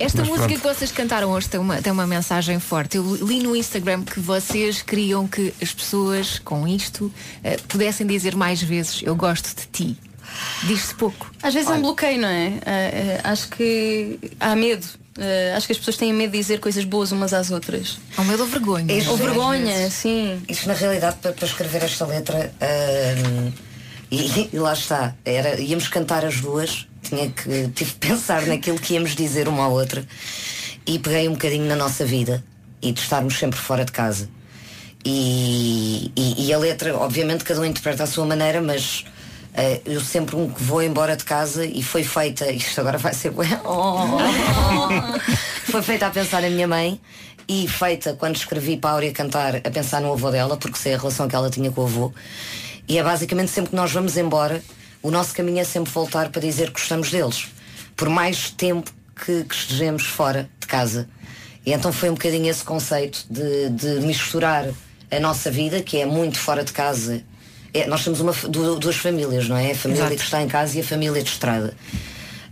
Esta
Mas
música
pronto.
que vocês cantaram hoje tem uma, tem uma mensagem forte. Eu li no Instagram que vocês queriam que as pessoas com isto eh, pudessem dizer mais vezes eu gosto de ti. Diz-se pouco.
Às vezes é um bloqueio, não é? Ah, ah, acho que há medo. Ah, acho que as pessoas têm medo de dizer coisas boas umas às outras.
Há um medo ou vergonha.
Isto
Ou
às
vergonha,
vezes.
sim.
Isto é na realidade para, para escrever esta letra ahm, e, e lá está. Era, íamos cantar as duas, tinha que tive que pensar naquilo que íamos dizer uma à outra e peguei um bocadinho na nossa vida e de estarmos sempre fora de casa. E, e- e a letra, obviamente cada um interpreta à sua maneira, mas ah, eu sempre um que vou embora de casa e foi feita, isto agora vai ser bué, oh, foi feita a pensar na minha mãe e feita quando escrevi para a Áurea cantar a pensar no avô dela, porque sei a relação que ela tinha com o avô. E é basicamente sempre que nós vamos embora, o nosso caminho é sempre voltar para dizer que gostamos deles, por mais tempo que, que estejamos fora de casa. E então foi um bocadinho esse conceito de, de misturar a nossa vida, que é muito fora de casa. É, nós temos uma fa- du- duas famílias, não é? A família
Exato.
que está em casa e a família de estrada.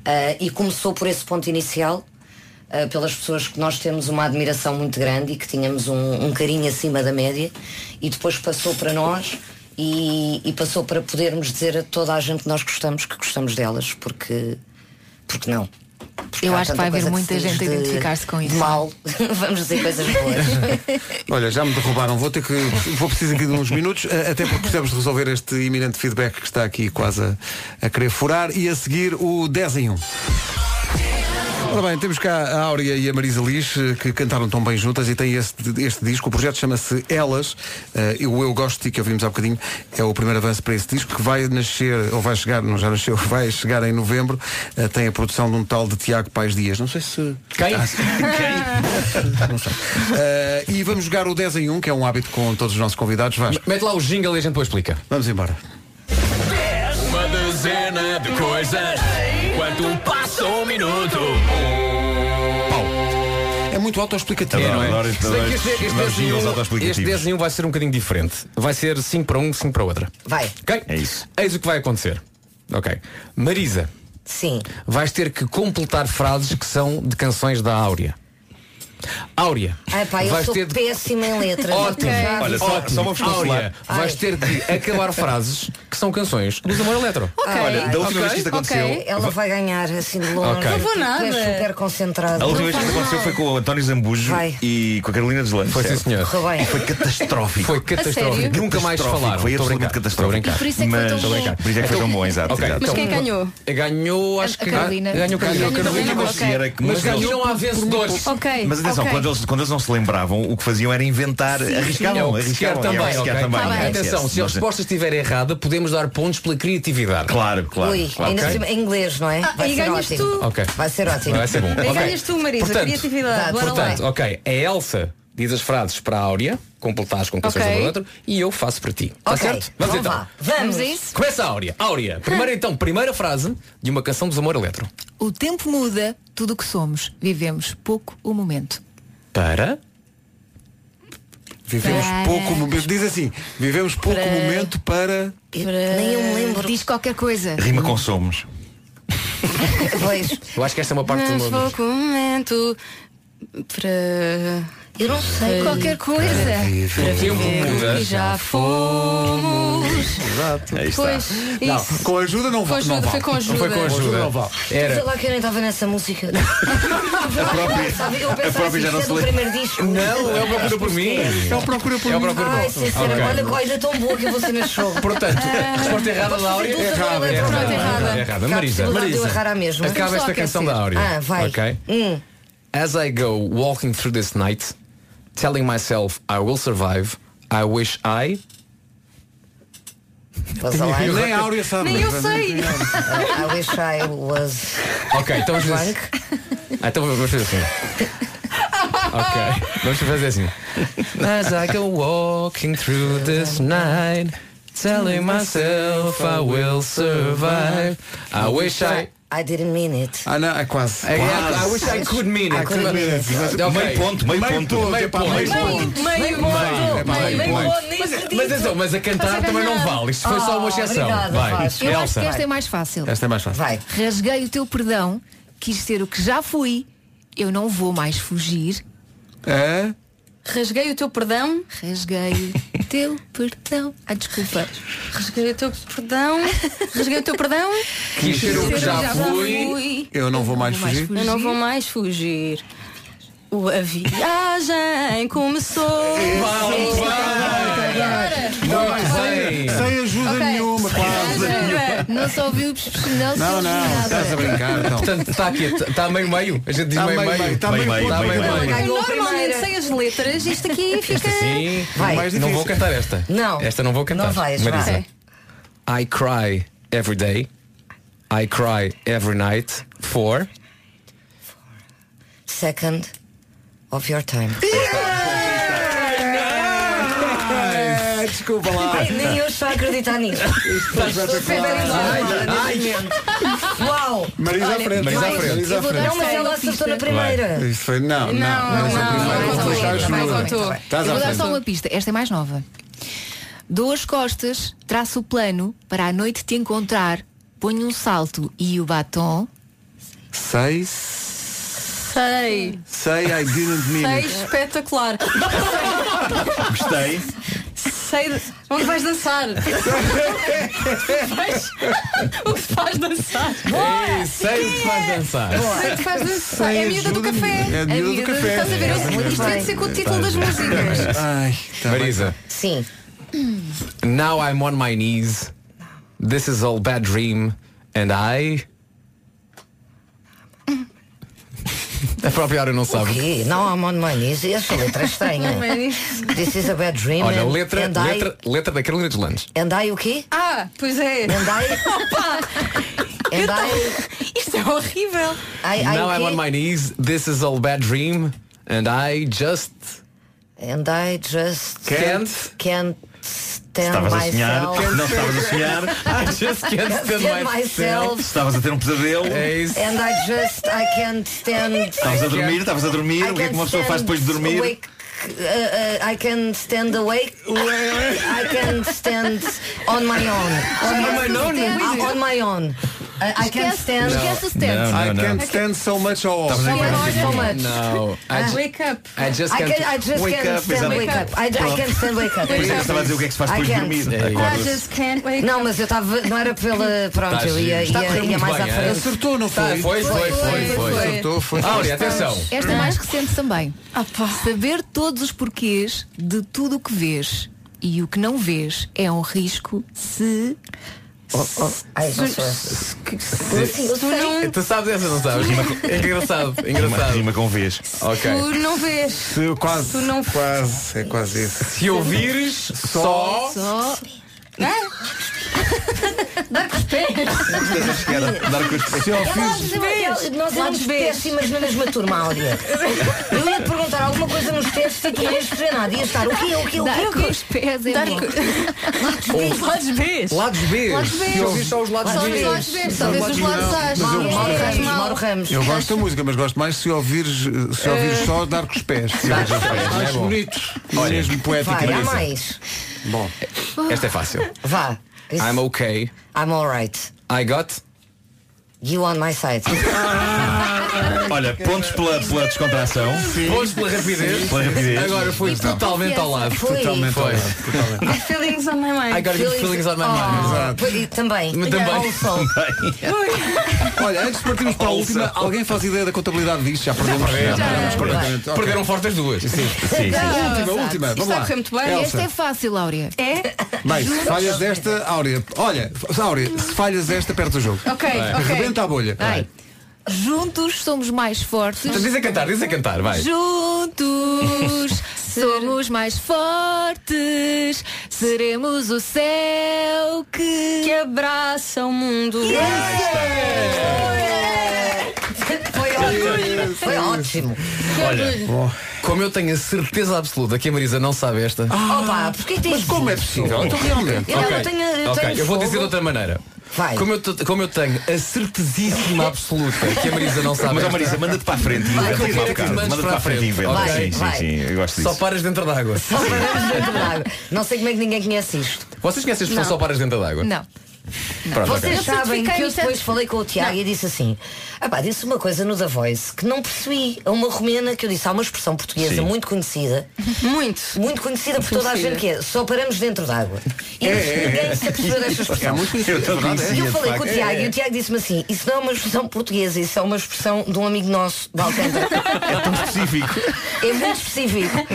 Ah, e começou por esse ponto inicial, ah, pelas pessoas que nós temos uma admiração muito grande e que tínhamos um, um carinho acima da média, e depois passou para nós e, e passou para podermos dizer a toda a gente que nós gostamos, que gostamos delas, porque, porque não. Porque
Eu
há
acho que
tanta
vai
coisa
haver muita
se diz
gente a
de-
identificar-se com
de
isso.
Mal, vamos dizer coisas boas.
Olha, já me derrubaram, vou ter que. Vou precisar aqui de uns minutos, eh, até porque precisamos de resolver este iminente feedback que está aqui quase a, a querer furar e a seguir o 10 em 1. Ora bem, temos cá a Áurea e a Marisa Liz, eh, que cantaram tão bem juntas e têm este, este disco. O projeto chama-se Elas. Eh, e o Eu Gosto de Ti, que ouvimos há bocadinho, é o primeiro avanço para esse disco, que vai nascer, ou vai chegar, não já nasceu, vai chegar em novembro. Eh, tem a produção de um tal de Tiago Pais Dias. Não sei se. Ah,
Quem?
Não sei. Eh, e vamos jogar o 10 em 1, que é um hábito com todos os nossos convidados. Vasco.
Mete lá o jingle e a gente depois explica.
Vamos embora.
Uma dezena de coisas. Quanto passa um minuto?
É muito
Tá
autoexplicativo.
É, não é?
Adoro-
Se bem que este- este
adoro jingles
10 em um-
autoexplicativos.
Este 10 em 1 vai ser um bocadinho diferente. Vai ser 5 para um, 5 para outra.
Vai,
Ok?
É isso.
Eis o que vai acontecer. Ok. Marisa,
sim.
vais ter que completar frases que são de canções da Áurea. Áurea.
Ai pá, eu
vais
sou
ter de...
péssima em letras.
Ótimo.
ok?
Olha, só-
Ótimo.
só vamos consolar.
Áurea,
Ai.
vais ter de acabar frases que são canções dos Amor Eletro.
Ai,
Olha, da última vez que isto
ok,
aconteceu.
ok.
Ela vai ganhar assim de longe.
Ok. Não
vou nada.
Tu és super concentrado.
A última vez que isto aconteceu foi com o António Zambujo
Vai.
e com a Carolina Deslandes.
Foi sim,
certo?
senhor.
Correu bem.
Foi catastrófico.
Foi catastrófico.
sério?
Nunca mais
Catastrófico.
falaram.
Foi
Estou a
absolutamente
brincar. Estou
catastrófico.
a brincar.
Por isso é que foi
Mas-
tão bom.
Por isso é que foi tão bom, exato.
Ok,
exato.
Mas quem ganhou?
Ganhou, acho
A- a
que
Carolina.
Ah, ganhou
Ganhou
Carolina.
a Carolina.
Mas
Ok.
era que-
Mas
mas eles-
ganhou não há vencedores.
Ok.
Mas atenção,
ok.
quando, eles, quando eles não se lembravam, o que faziam era inventar,
É o
arriscavam,
que se quer
arriscavam.
também,
é o que se
ok?
quer também,
Tá
ok,
bem.
Atenção, se a
Nós- é-
resposta estiver errada, podemos dar pontos pela criatividade.
Claro, claro.
Ui,
claro.
ainda
Ok.
assim, em inglês, não é?
Ah,
Vai
e
ser
ganhas
ótimo.
tu.
Ok.
Vai ser ótimo.
Vai ser bom.
Aí
Ok.
ganhas tu, Marisa,
Portanto,
criatividade.
dá,
Bora
Portanto,
lá.
ok, a Elsa diz as frases para a Áurea, completadas com canções
Ok.
do outro, e eu faço para ti. Está
Ok,
certo? Vamos
então
então.
vá. Vamos
a isso?
Começa a Áurea. Áurea, primeiro então, primeira frase de uma canção dos Amor Eletro.
O tempo muda tudo o que somos. Vivemos pouco o momento.
Para?
Vivemos
Para-
pouco momento. Diz assim, vivemos pouco
Para-
momento para.
Nem eu me lembro.
Diz qualquer coisa.
Rima com somos.
Pois,
Eu acho que esta é uma parte
Mas
do meu.
pouco momento para.
Eu não sei.
Qualquer coisa.
Para viver.
E já fomos.
Exato.
Aí está. Pois,
Não,
isso.
com ajuda não
Com
vale. não
ajuda,
vale.
foi com ajuda.
Foi com ajuda. Não vale.
Sei
Era.
lá que eu nem estava nessa música. Sabe, eu pensava assim, isto é do primeiro disco.
Não, é o Procura por mim.
É o Procura por
mim. É o Procura
Ai,
por mim.
sincera,
Ok.
olha, olha tão boa que eu vou ser nesse show.
Portanto,
Ah.
resposta errada da Áurea.
Vamos fazer duas agora, pronto,
errada.
Porque há a
Marisa,
possibilidade de eu
Marisa,
errar à mesma.
acaba
Vamos só
esta canção da
aquecer.
Áurea.
Ah, vai.
Ok?
Hum.
As I go walking through this night, telling myself I will survive, I wish I...
Nem a Áurea sabe.
Nem eu sei. I wish I was
Ok, então vamos fazer
blank.
Ah, então vamos fazer assim. Ok, vamos fazer assim. As I go walking through this night, telling myself I will survive. I wish I.
I didn't mean it.
Ah, não, é quase.
I, I wish I could mean it.
I could mean it.
Ok.
Meio ponto, meio ponto.
Meio
Epá,
ponto.
meio
ponto. Meio
ponto.
ponto.
Meio
Meio
ponto.
ponto.
Mas-
Nesse
Mas
dito.
então,
atenção, mas a cantar
Mas
também não
ganhar.
vale. Isto foi só uma exceção.
obrigada,
Vai.
Vasco.
Eu acho
Elsa.
que esta é mais fácil.
Esta é mais fácil.
Vai.
Rasguei o teu perdão, quis ser o que já fui, eu não vou mais fugir.
É?
Rasguei o teu perdão. Rasguei o teu perdão. Ah, desculpa.
Rasguei o teu perdão. Rasguei o teu perdão.
Quis ser o que já fui. Eu não vou mais fugir.
Eu não vou mais fugir. O- A viagem começou.
Vamos,
Vamos,
Sem, sem ajuda nenhuma, quase.
Não só ouviu não se
Não,
ouviu
não,
nada.
estás a brincar. Então.
Portanto, está aqui, está meio meio. A gente diz
Tá
meio
meio,
meio.
meio, tá meio ponto,
Tá
meio
meio
ponto.
meio.
Normalmente sem as letras, isto aqui fica.
Sim,
Vai.
mais não vou cantar esta.
Não.
Esta não vou cantar.
Não vais, vai.
Marisa. I cry every day. I cry every night for.
Second of your time.
É, desculpa lá.
Ai, nem eu estou a acreditar nisso. Uau!
Marisa à frente.
Marisa à frente.
Marisa à frente.
Não, mas ela acertou na primeira.
Isso foi, não, é não, não, não, não, não, Estás
Eu
à
vou dar só
frente.
uma pista. Esta é mais nova. Dou as costas, traço o plano para à noite te encontrar, ponho um salto e o batom.
Sei,
Sei.
sei, I didn't mean
Sei
it.
espetacular.
Gostei.
Sei de- onde vais dançar. Vais- o que te faz dançar?
É
Ei, sei o que faz dançar.
Sei o que faz dançar. É a miúda do café.
É a miúda do café.
Estás a ver? Isto- Isto tem de ser com o título das músicas.
Ai, tá bem.
Marisa.
Sim.
Now I'm on my knees. This is all bad dream. And I. A própria hora não
O
sabe.
quê? Não, I'm on my knees. E Essa letra é estranha. This is a bad dream.
Olha,
and-
letra,
and I-
letra, letra da Carolina de Landes.
And I o quê?
Ah, pois é.
And I...
Opa!
And
Eu
I...
Isto é horrível.
I, I
Now
o
I'm
quê?
on my knees. This is all bad dream. And I just
And I just...
can't.
Can't stand
Estavas a sonhar.
myself.
Não estavas a sonhar.
I just can't stand
Stand
myself.
myself.
é Estavas a ter um pesadelo.
É isso.
And I just... I can't stand...
Estavas a dormir, estavas a dormir. O que é que uma pessoa faz depois de dormir?
Awake. Uh, uh, I can stand awake. I can stand on my own. On
my own?
Uh, on my own. Uh, I can stand.
Esquece o stand.
Não,
I
não.
can't stand so much
Oh,
all.
So much.
No. I,
Ah.
ju-
Wake up.
I just
I,
can't.
can, I just
Wake
can't
up,
stand
exato.
wake up. I, I can't stand wake up.
Pois é, estava a dizer o que é que se faz depois de
I can't.
dormir.
É isso.
I
Acordas.
just can't wake
Não, mas eu estava. Não era pela. Pronto,
Tá
eu ia,
giro. Está a
ia,
correr
ia
muito
mais
bem,
à
é?
frente.
Acertou, não
Tá,
foi?
foi, foi, foi, foi.
Acertou, foi.
Áurea, atenção.
Esta é mais recente também. Saber todos os porquês de tudo o que vês e o que não vês é um risco se.
Oh, oh.
É
Ai, não sou. Eu
Tu
sei.
É,
não,
Tu sabes essa, não sabes? É engraçado, é
Uma
engraçado.
rima com vez.
Ok.
tu não vês.
Se- Quase,
Tu não-
quase, é quase isso.
Se ouvires só.
Só.
Dá com os pés.
Estás a chegar a dar com os pés.
Se eu
Nós
fiz,
éramos- nós éramos péssimas na mesma turma, Áurea. Eu ia te perguntar alguma coisa nos testes e tu não ias perceber nada. Ias estar o quê, o quê, o quê,
Dar
o
com
quê?
os pés é
Dar
bom.
Lados Bs.
Lados B. Se ouvires só os lados
Só os
B.
lados Bs. Só vês os lados As.
Mauro
Mauro
Ramos,
Ramos.
Mauro Ramos.
eu gosto da música, mas gosto mais se ouvires, se ouvires só dar com os pés.
Dar com os pés, é
Acho
bom.
bonito. Mesmo poético.
Vai, há
Marisa.
mais.
Bom,
Esta é fácil.
Vá. Isso-
I'm okay.
I'm alright.
I got.
You on my side.
olha, pontos pela, pela descontração.
Pontos pela rapidez.
Pela rapidez.
Agora foi
Então.
totalmente ao lado.
Foi.
Totalmente ao lado.
Feelings on my mind.
I gotta get feelings on my mind. Exato.
Pois, e Também.
Também.
Also.
Olha, antes de partirmos para a última, alguém faz ideia da contabilidade disto? Já perdemos.
perdemos, Um já
perdemos,
perdemos.
completamente. Ok.
Perderam forte as duas.
Sim, sim.
Ah,
Última,
exato.
última.
Isto
Vamos
está
lá.
a correr muito bem.
Elsa.
Esta é fácil, Áurea.
É?
Bem, se
Juro.
falhas desta, Áurea. Olha, Áurea, se falhas desta, perto do jogo.
Ok, ok.
Rebenta a bolha. Então
Vai. Juntos somos mais fortes.
Mas diz a cantar, diz a cantar, vai.
Juntos somos mais fortes. Seremos o céu que, é-
que abraça o mundo.
Foi ótimo. Foi ótimo.
Olha, como eu tenho a certeza absoluta que a Marisa não sabe esta.
Ah.
Opa, porquê tens
Mas como é possível? Então, realmente.
Eu não
Ok,
tenho- eu
ok,
tenho
eu vou
fogo.
dizer de outra maneira. Como eu, te- como eu tenho a certezíssima absoluta que a Marisa não sabe.
Mas, ó,
esta-
Marisa, manda-te para a frente e
Vai,
inventa-te
eu
lá um
quero que te
bocado.
mandes
Manda-te
para
para
a
a frente e
frente.
inventa.
Vai,
Sim, sim,
vai.
sim. Eu gosto disso.
Só paras dentro d'água.
Não sei como é que ninguém conhece isto.
Vocês conhecem as pessoas
Não.
só paras dentro d'água?
Não.
Pronto,
Vocês
ok.
sabem que eu
Certifiquei-me
depois falei com o Tiago e disse assim ah pá, disse uma coisa no The Voice que não percebi a uma romena que eu disse há uma expressão portuguesa
Sim.
muito conhecida
muito
muito conhecida por
Muito
toda a
conhecida.
gente que é só paramos dentro d'água e
É, é,
ninguém
é.
se apercebeu desta expressão
É muito conhecida,
eu,
é verdade, é.
eu falei com o
É,
Tiago
é.
e o Tiago disse-me assim isso não é uma expressão portuguesa isso é uma expressão de um amigo nosso de Alcântara
É tão específico.
é muito específico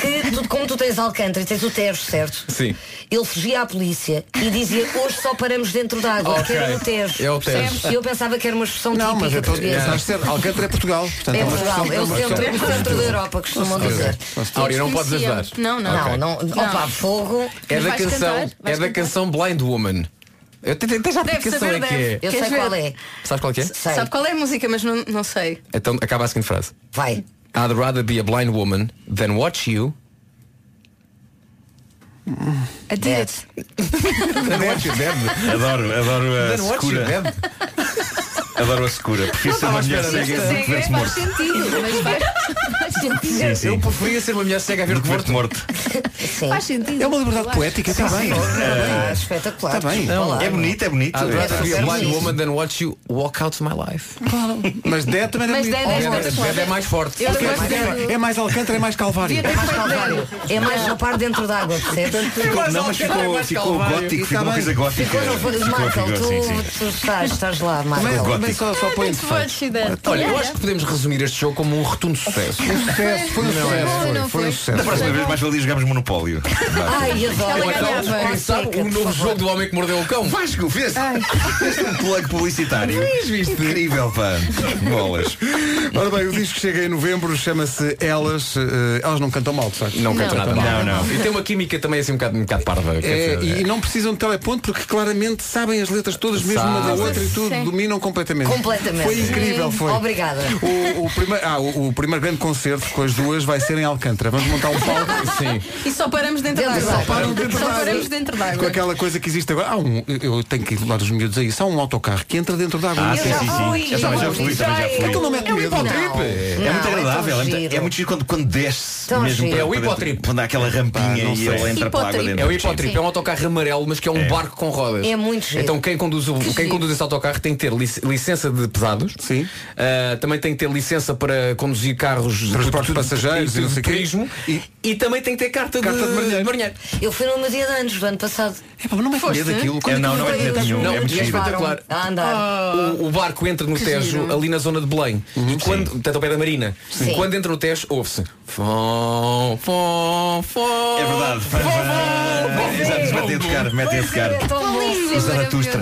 que tu, como tu tens Alcântara e tens o Tejo certo
Sim.
ele fugia à polícia e dizia hoje só paramos dentro d'água,
Ok.
que era o Tejo.
É o Tejo.
Percebes? E eu pensava que era uma expressão
Não, mas
típica
então
portuguesa.
pensaste certo. Alcântara é Portugal. Portanto,
É
uma
Portugal,
expressão-
é o
uma
centro, é o
expressão-
centro da Europa, costumam
Com certeza.
dizer.
Áurea, não podes ajudar.
Não, não.
Ok.
Não, não. Opa, fogo.
É da canção, é da canção Blind Woman. Eu até- até já sei que canção é que é.
Eu sei qual é.
Sabes qual é que é?
Sabe qual é a música, mas não, não sei.
Então acaba a seguinte frase.
Vai.
I'd rather be a blind woman than watch you.
A
dead.
Than watch you dead.
Adoro, adoro a
Then watch you
secura. Adoro a secura. Prefiro ser uma mulher cega do que ver-se morto.
sentido, mas faz, faz sentido.
Sim, sim.
Eu preferia ser uma mulher cega a ver que morto.
morto.
Faz sentido. É
uma liberdade
poética,
tá
está bem. É. Tá
Ah, espetacular. Desculpa lá.
I'd rather be a blind
Sim.
woman than watch you walk out my life.
Claro. Mas Dead também
Mas
é bonito.
Dead é mais forte.
Dead é mais forte.
Eu
Ok,
gosto
mas
de-
é- É mais Alcântara, é mais Calvário.
É mais calvário. É mais rapar dentro d'água, percebes?
Ficou- mais não, mas ficou- Alcântara, é mais ficou Calvário. gótico, E ficou uma coisa gótica.
Ficou, não foi?
Ficou,
Michael,
ficou, sim, sim.
tu, tu estás, estás lá,
Também-
Michael.
também só- só põe defeitos.
Olha, eu acho que podemos resumir este jogo como um rotundo sucesso.
Foi um sucesso, foi um
Não,
sucesso, foi,
não foi.
foi um
Da
sucesso.
próxima vez mais valia jogarmos Monopólio.
Ai, adoro.
Ou então,
ganhava.
quem sabe, o novo jogo do homem que mordeu o cão.
Vasco, fez fez um plug publicitário. Incrível, pá. Bolas.
Ora bem, o disco que chega em novembro chama-se Elas. eh, elas não cantam mal, de facto.
Não canto nada mal. E tem uma química também assim um bocado, um bocado parva. quer
É,
dizer,
e, e não precisam de teleponto porque claramente sabem as letras todas mesmo uma da
Sabem.
outra e tudo
Sim.
dominam completamente.
Completamente.
Foi incrível, foi.
Obrigada.
O, o primeiro, ah, o, o primeiro grande concerto com as duas vai ser em Alcântara. Vamos montar um palco. Sim.
E só paramos dentro da
Dentro
água.
d'água. Só param dentro d'água.
paramos dentro da
Com
água.
aquela coisa que existe agora. Há um, eu tenho que ir levar os miúdos a isso. Há um autocarro que entra dentro da água. é?
Ah, sim, sim, sim. Eu também já fui, também já fui. um
Aquilo não Ah, mete medo.
É, muito agradável. É muito, é muito giro quando, quando desce.
Tão
mesmo
giro.
para-
É o
para-
hipotrip.
Quando há aquela
Ah,
rampinha
não
e
sei.
ele entra pela água dentro.
É o hipotrip, é um autocarro amarelo, mas que é um
É.
barco com rodas.
É muito giro.
Então quem conduz, o, quem conduz esse autocarro tem que ter lic- licença de pesados. Sim. também tem que ter licença para conduzir carros
Transporte de
tudo-
passageiros
tudo-
e não sei o quê.
turismo. E, também tem que ter carta,
Carta de marinheiro.
Eu fui no meu dia de anos, do ano passado.
É, pá, não me
foste?
é Não, é espetacular. Ah,
A andar.
O, o barco entra no
Que
Tejo,
giro.
ali na zona de Belém. E quando, portanto, ao pé da Marina.
Sim.
E Quando entra no Tejo, ouve-se. Fom, fom, fom.
É verdade. Ah,
é.
Exato, metem a tocar, metem a tocar.
É tão bom.
O Zaratustra.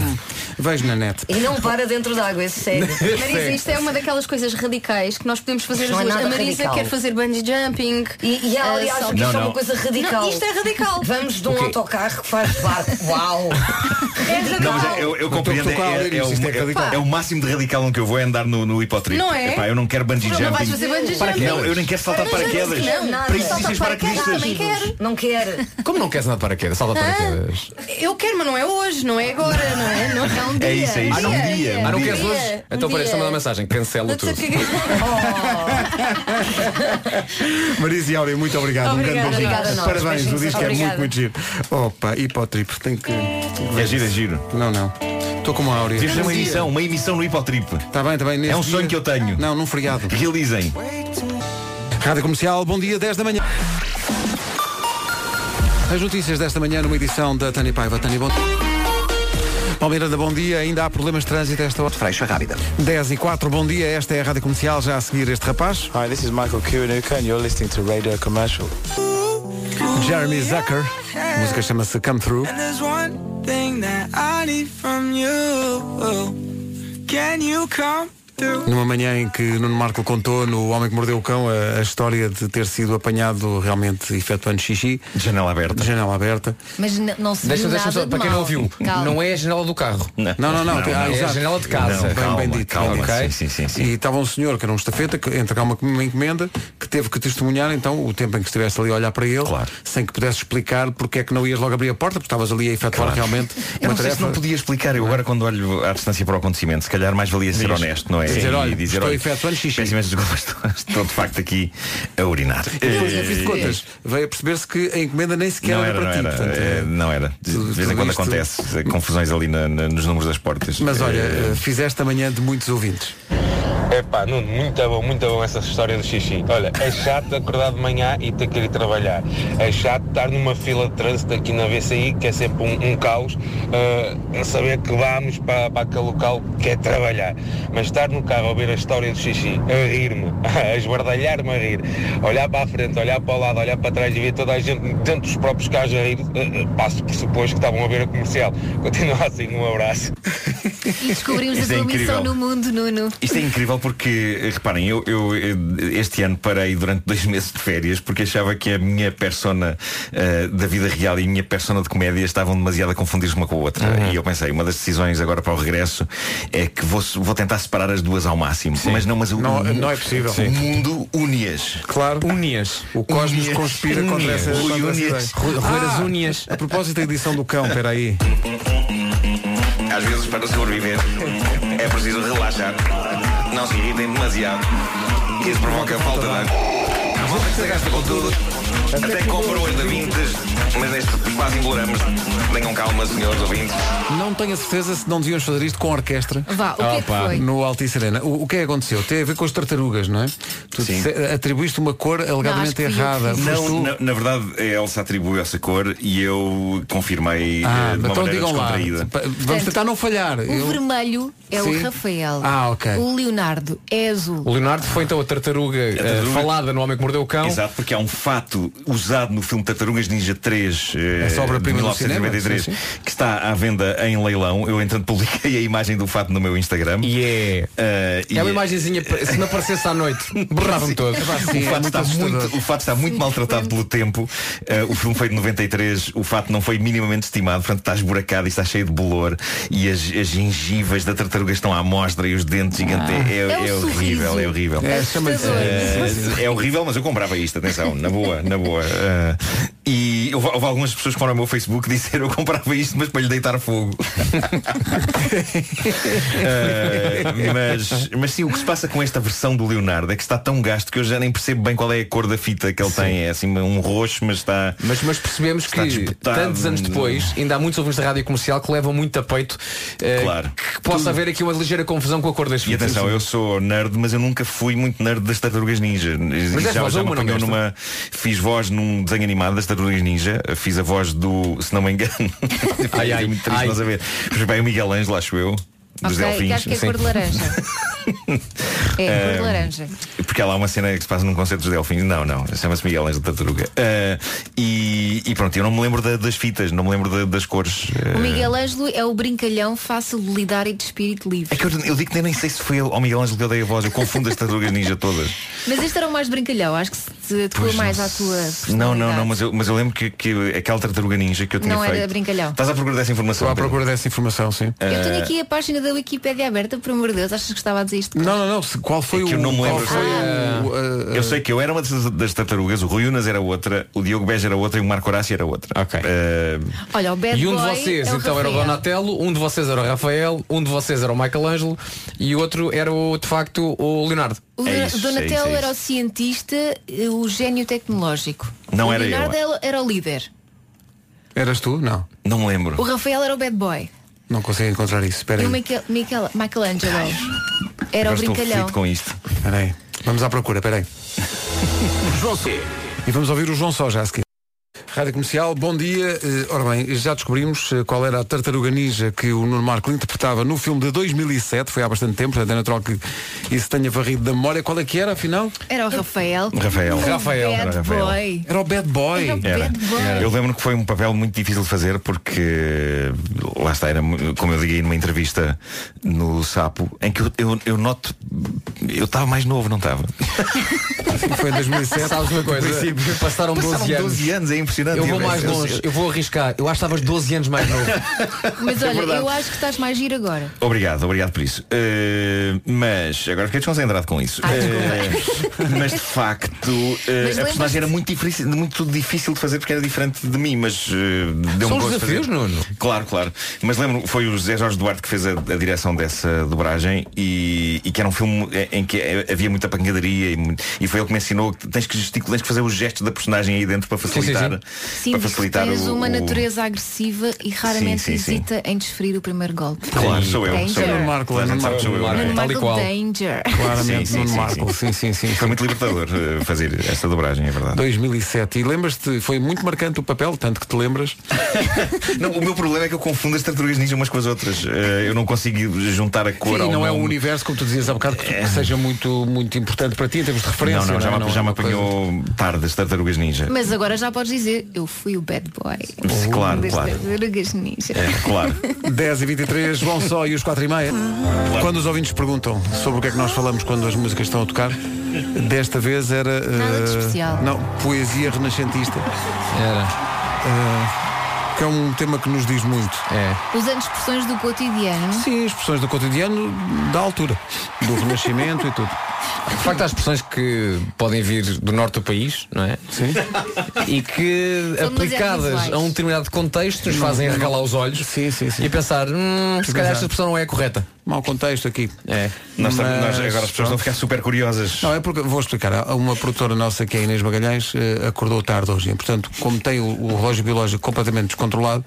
Vejo na net.
E não para dentro d'água, é sério.
Marisa, isto é uma daquelas coisas radicais que nós podemos fazer
Não
as
é
duas.
nada
a Marisa
radical.
quer fazer bungee jumping.
E, e há,
ah,
aliás,
salto-
isto é uma coisa radical.
Não, isto é radical.
Vamos de um autocarro que faz barco. Uau!
É
Não,
radical.
mas é- eu, eu
Não estou-
compreendo.
estou com a
É,
Aurélia,
é
isto é
o,
radical.
é o máximo de radical onde que eu vou é andar no, no hipotrip.
Não é?
Epá, eu não quero bungee
Não
jumping.
vais fazer bungee
Para-
jumping.
Não, eu nem quero saltar paraquedas. Para isso existem os paraquedistas.
Não quero.
Como não queres nada de paraquedas? Salta
Ah.
paraquedas.
Eu quero, mas não é hoje, não é agora, não é? Não é um dia.
É isso, é isso.
um
Ah, não,
dia,
Ah, não
um
queres
dia,
hoje?
um dia.
Então, para esta uma mensagem. Cancela tudo.
é
Marisa e Áurea, muito
Obrigada
obrigado. um grande
a
beijinho.
nós.
Parabéns, o
Beijinhos,
disco é
obrigada.
muito, muito giro. Opa, hipotrip, tem que.
É giro, é giro.
Não, não. Estou como a Áurea.
Devíamos fazer uma emissão, uma emissão no Hipotrip.
Tá
Está Tá bem, está bem.
É um
nesse
sonho
dia-
que eu tenho.
Não, num feriado.
Realizem.
Rádio Comercial, bom dia, 10 da manhã. As notícias desta manhã numa edição da Tânia Paiva. Tânia, bom Paulo Miranda, bom dia. Ainda há problemas de trânsito a esta hora.
Freixa
é
rápida.
10 e 4, bom dia. Esta é a Rádio Comercial, já a seguir este rapaz.
Hi, this is Michael Kirinuka and you're listening to Radio Commercial.
Jeremy Zucker. A música chama-se Come Through.
And there's one thing that I need from you. Can you come through?
Numa manhã em que Nuno Marco contou no Homem que Mordeu o Cão a, a história de ter sido apanhado realmente efetuando xixi.
Janela aberta.
Janela aberta.
Mas n- não se
Deixa,
viu
deixa
nada
só,
de
para quem não
mal.
ouviu,
Calma.
não é a janela do carro.
Não,
Não, não, não. tem- ah,
é a
exato.
janela de casa.
Não, calma, calma, sim, E estava um senhor que era um estafeta, que entregar uma, uma encomenda, que teve que testemunhar, então, o tempo em que estivesse ali a olhar para ele, sem que pudesse explicar porque é que não ias logo abrir a porta, porque estavas ali a efetuar realmente
Eu
uma
não sei
tarefa.
se não podia explicar, eu agora quando olho à distância para o acontecimento, se calhar mais valia ser
Diz.
honesto, não é?
Dizer,
E
olha, estou
peço imensas desculpas, estou, estou de facto aqui a urinar.
Ele,
Eh,
no fim de contas, veio a perceber-se que a encomenda nem sequer
não
era,
era, não
para ti.
era.
portanto, é
eh, não era. De vez em
tudo
quando
isto-
acontece eh, confusões ali na- na- nos números das portas.
Mas olha,
Eh,
fizeste amanhã de muitos ouvintes.
Epá, Nuno, muito bom, muito bom essa história do xixi. Olha, é chato acordar de manhã e ter que ir trabalhar. É chato estar numa fila de trânsito aqui na VCI, que é sempre um, um caos, ah, a saber que vamos para, para aquele local que é trabalhar. Mas estar no carro a ouvir a história do xixi, a rir-me, a esbardalhar-me a rir, olhar para a frente, olhar para o lado, olhar para trás e ver toda a gente dentro dos próprios carros a rir, ah, ah, passo por suposto que estavam a ver a comercial. Continua assim, um abraço.
E descobrimos a
Isto é
tua
incrível.
missão no mundo, Nuno.
Isto é incrível porque, eh, reparem, eu, eu, eh, este ano parei durante dois meses de férias porque achava que a minha persona eh, da vida real e a minha persona de comédia estavam demasiado a confundir-se uma com a outra.
Uhum.
E eu pensei, uma das decisões agora para o regresso é que vou, vou tentar separar as duas ao máximo. Mas não, mas o-
Não-
o-
não é possível.
O mundo unias.
Claro.
Unias.
O Cosmos
Unias.
conspira contra
Unias.
essa
Rui
contra essa
Unias. Ah!
ideia.
Rui- roer as
unias.
A propósito da edição do cão, peraí.
Às vezes, para sobreviver, é preciso relaxar. Não se irritem demasiado. Isso provoca falta de ar. A volta que se gasta com tudo. Até compram as da Vintes, mas neste quase imploramos. Tenham calma, senhores ouvintes.
Não tenho a certeza se não devíamos fazer isto com a orquestra.
Vá, o que é que Opa. foi?
No Altice Arena. O, o que é que aconteceu? Tem a ver com as tartarugas, não é? Tu disse- atribuíste uma cor
acho
alegadamente
que fui eu que
errada.
fiz.
Foste
Não,
tu? Ah,
na, na verdade, a Elsa atribuiu essa cor e eu confirmei
Ah,
eh, de uma
então
maneira
digam lá.
descontraída.
Pa- Vamos tentar não falhar.
O
Eu-
vermelho é
Sim.
o Rafael.
Ah, ok.
O Leonardo é azul.
O Leonardo foi então a tartaruga, eh,
É tartaruga-
falada no Homem que Mordeu o Cão.
Exato, porque há um fato usado no filme Tartarugas Ninja 3 eh,
Essa obra-prima
de
do cinema,
1993
sim,
que está à venda em leilão. Eu entanto publiquei a imagem do fato no meu Instagram. Eh, e É
É uma imagenzinha, se me aparecesse à noite, borrava-me
É
todo.
o, fato está muito, o fato está muito maltratado pelo tempo. Eh, o filme foi de 93, o fato não foi minimamente estimado, portanto está esburacado e está cheio de bolor e as, as gengivas da tartaruga estão à mostra e os dentes gigantes. É,
É um
é horrível,
sorriso.
é horrível.
É, chama-lhe sorriso.
Eh, é horrível, mas eu comprava isto, atenção, na boa, na boa. Eh, e houve, houve algumas pessoas que foram ao meu Facebook e disseram eu comprava isto, mas para lhe deitar fogo. Eh, mas, mas sim, o que se passa com esta versão do Leonardo é que está tão gasto que eu já nem percebo bem qual é a cor da fita que ele tem. É assim um roxo, mas está.
Mas, mas percebemos
Está
que
disputado.
tantos anos depois ainda há muitos ouvintes da rádio comercial que levam muito a peito eh, que possa haver aqui uma ligeira confusão com a cor das
E
fitas.
atenção, eu sou nerd, mas eu nunca fui muito nerd das tartarugas ninja.
és
já,
voz
já
a
me
uma, não
apanhou
desta?
numa. Fiz voz num desenho animado das tartarugas ninja. Fiz a voz do, se não me engano,
Ai, ai,
é muito triste
ai.
não saber. Mas bem, o Miguel Ângelo, acho eu. Dos
que
delfins.
acho que é
sim.
cor de laranja. é, cor de
Eh,
laranja.
Porque há lá uma cena que se passa num concerto dos Delfins. Não, não. Chama-se Miguel Ângelo da Tartaruga. Ah, e, e pronto, eu não me lembro da- das fitas, não me lembro da- das cores.
O
Ah,
Miguel Ângelo é o brincalhão fácil de lidar e de espírito livre.
É que eu, eu digo que nem sei se foi ao Miguel Ângelo que eu dei a voz. Eu confundo as tartarugas ninja todas.
Mas este era o mais brincalhão, acho que se adequou
Pois não
mais à tua.
Não, não, não, mas eu, mas eu lembro que, que aquela tartaruga ninja que eu tinha
é Não era
feito. Tá.
brincalhão.
Estás à procura dessa informação? Ah,
Estou à procura dessa informação, sim.
Eu tenho aqui a página da Wikipédia aberta, por amor de Deus, achas que estava a dizer isto?
Não, não, não. se- Qual foi
é Que eu
o.
não me
qual
lembro.
foi o-
Ah.
eu sei que eu era uma das, das tartarugas, o Rui Unas era outra, o Diogo Beja era outra e o Marco Horácio era outra. Ah, Ok.
Olha, o bad
E um de
boy
vocês
é o
então era o
Rafael.
Donatello, um de vocês era o Rafael, um de vocês era o Michelangelo e o outro era o, de facto o Leonardo.
O Dona-
é
Donatello era o cientista, eh, o gênio tecnológico.
Não
o
era eu,
Leonardo era o líder.
Eras tu? Não.
Não me lembro.
O Rafael era o bad boy.
Não consigo encontrar isso. Espera
E o
aí.
Michael, Michael, Michelangelo. Era o
Agora estou
brincalhão.
fedido com isto. Espera aí. Vamos à procura, espera aí. João C. E vamos ouvir o João Só já a seguir. Rádio Comercial, bom dia. Eh, Ora bem, já descobrimos eh, qual era a tartaruga ninja que o Nuno Marco interpretava no filme de 2007, foi há bastante tempo, portanto é natural que isso tenha varrido da memória. Qual é que era, afinal?
Era o Rafael.
Rafael.
O
Rafael,
Bad
era Rafael.
Boy.
Era o Bad Boy.
Era o
Era.
Bad Boy.
Eu lembro que foi um papel muito difícil de fazer porque eh, lá está, era, mu- como eu liguei numa entrevista no Sapo, em que eu, eu, eu noto, eu estava mais novo, não estava?
Foi em 2007.
Sabes uma coisa?
No princípio.
passaram 12
Passaram
anos.
12 anos, é impressionante.
Eu
Eu-
vou mais
eu-
longe, eu vou arriscar. Eu acho que estavas 12 anos mais novo.
Mas
É
olha,
verdade.
eu acho que estás mais giro agora.
Obrigado, obrigado por isso. Eh, mas agora fiquei desconcentrado com isso. Eh, mas de facto,
Ah,
eh,
Mas
a
lembras-te-
personagem era muito difícil, muito difícil de fazer porque era diferente de mim, mas eh, deu-me
São os
gosto de
desafios,
fazer.
Nuno.
Claro, claro. Mas lembro, foi o José Jorge Duarte que fez a, a direção dessa dobragem e, e que era um filme em que eh, havia muita pancadaria e, mu- e foi ele que me ensinou que tens que gesticular, tens que fazer os gestos da personagem aí dentro para facilitar,
Sim,
para
porque
facilitar
tens
o,
uma
o-
natureza agressiva e raramente
Sim, sim, sim.
hesita em desferir o primeiro golpe.
Claro, sou eu. Sou
Danger.
eu. Toda a gente sabe que sou eu, não é?
Nuno Marco Danger.
Claramente, Nuno Marco.
Sim,
sim, sim.
Foi muito libertador eh, fazer esta dobragem, é verdade.
2007. E lembras-te, foi muito marcante o papel, tanto que te lembras.
Não, o meu problema é que eu confundo as tartarugas ninja umas com as outras. Eh, eu não consigo juntar a cor
Sim,
ao
e não é um É.
nome.
universo, como tu dizias há bocado, que, que seja muito, muito importante para ti em termos de referência.
Não, não, já, me- já me
é uma coisa-
apanhou tarde as tartarugas ninja.
Mas agora já podes dizer, eu fui o bad boy. Um
Sim, claro,
Das
claro.
tartarugas ninja.
É, claro.
10 e 23 João Só e os 4 e meia. Quando os ouvintes perguntam sobre o que é que nós falamos quando as músicas estão a tocar, desta vez era.
Nada de
eh,
especial.
Não, poesia renascentista. Era. que é um tema que nos diz muito. É.
Usando expressões do cotidiano.
Sim, expressões do cotidiano da altura, do Renascimento e tudo.
De facto, há expressões que podem vir do norte do país, não é?
Sim.
E que,
São demasiado
aplicadas
visuais.
a um determinado contexto, nos
Não,
fazem
não.
regalar os olhos e pensar, hum, se calhar esta expressão não é correta.
Mau contexto aqui.
É.
Nós estamos- nós- agora as pessoas vão ficar super curiosas.
Não, é porque, vou explicar, Há uma produtora nossa que é a Inês Magalhães eh, acordou tarde hoje e, portanto, como tem o, o relógio biológico completamente descontrolado,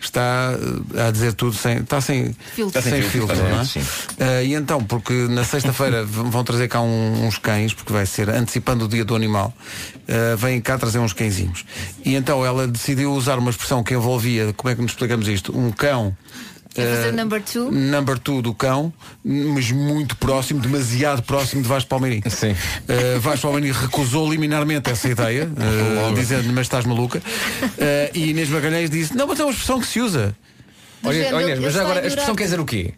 está eh, a dizer tudo sem. Está sem
Filtro. Está sem filtro,
não é?
sim.
Eh, e então, porque na sexta-feira v- vão trazer cá um- uns cães, porque vai ser antecipando o dia do animal, eh, vêm cá trazer uns cãezinhos. E então ela decidiu usar uma expressão que envolvia, como é que nos explicamos isto? Um cão.
É fazer
eh,
number two?
Number two do cão, mas muito próximo, demasiado próximo de Vasco Palmeirim. Sim. Vasco Palmeirim recusou liminarmente essa ideia, eh, dizendo, mas estás maluca. Eh, e Inês Magalhães disse, não, mas é uma expressão que se usa.
Do Olha- género, olha, Inês, mas ele já está agora, a expressão ignorar. quer
dizer o quê?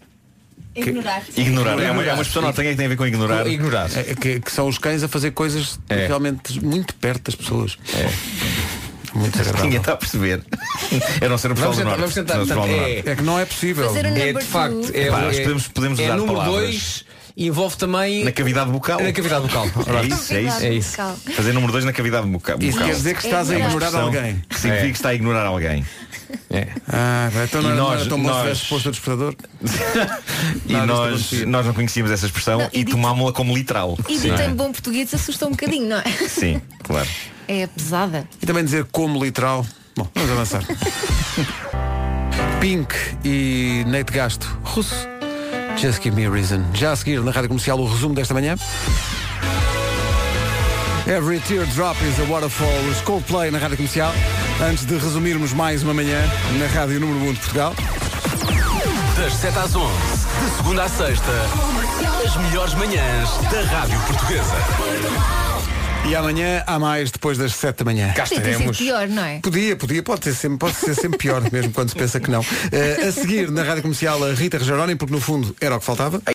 Ignorar.
Ignorar. É uma, é uma expressão nortenha que tem a ver com ignorar. É.
Ignorar.
É, que, que são os cães a fazer coisas realmente muito perto das pessoas. Muito agradável.
Ninguém está a perceber. Eu não ser o pessoal
Vamos
do
tentar,
norte.
vamos tentar,
Não,
portanto,
pessoal do
é-
norte.
É que não é possível.
Fazer um
É
number
de facto,
two.
é,
Pá,
é,
podemos- podemos
é
usar
número
palavras.
2 envolve também
Na cavidade bucal.
Na cavidade bucal.
É isso, é isso.
Cavidade bucal.
Fazer número 2 na cavidade buca- bucal.
Isso quer dizer que estás a
É uma
ignorar
expressão
alguém.
Que significa
É.
que está a ignorar alguém.
Ah, vai, então
E
não, era- não
nós-
era tão bom
nós-
se tivesse posto o despertador.
E
Nada disto
nós,
acontecia.
nós não conhecíamos essa expressão
Não, e
e,
dito-
tomámo-la como literal.
E
Sim.
dito em bom português assusta um bocadinho, não é?
Sim, claro.
É pesada.
E também dizer como literal. Bom, vamos avançar. Pink e Nate Gasto. Russo. Just give me a reason. Já a seguir na rádio comercial o resumo desta manhã. Every teardrop is a waterfall. Os Coldplay na rádio comercial. Antes de resumirmos mais uma manhã na rádio número 1 de Portugal.
Das 7 às 11, de segunda à sexta, as melhores manhãs da Rádio Portuguesa.
E amanhã há mais depois das 7 da manhã.
Podia ter sido pior, não é?
Podia, podia, pode, ter sempre, pode ser sempre pior, mesmo quando se pensa que não. Eh, a seguir, na Rádio Comercial, a Rita Rogeroni, porque no fundo era o que faltava.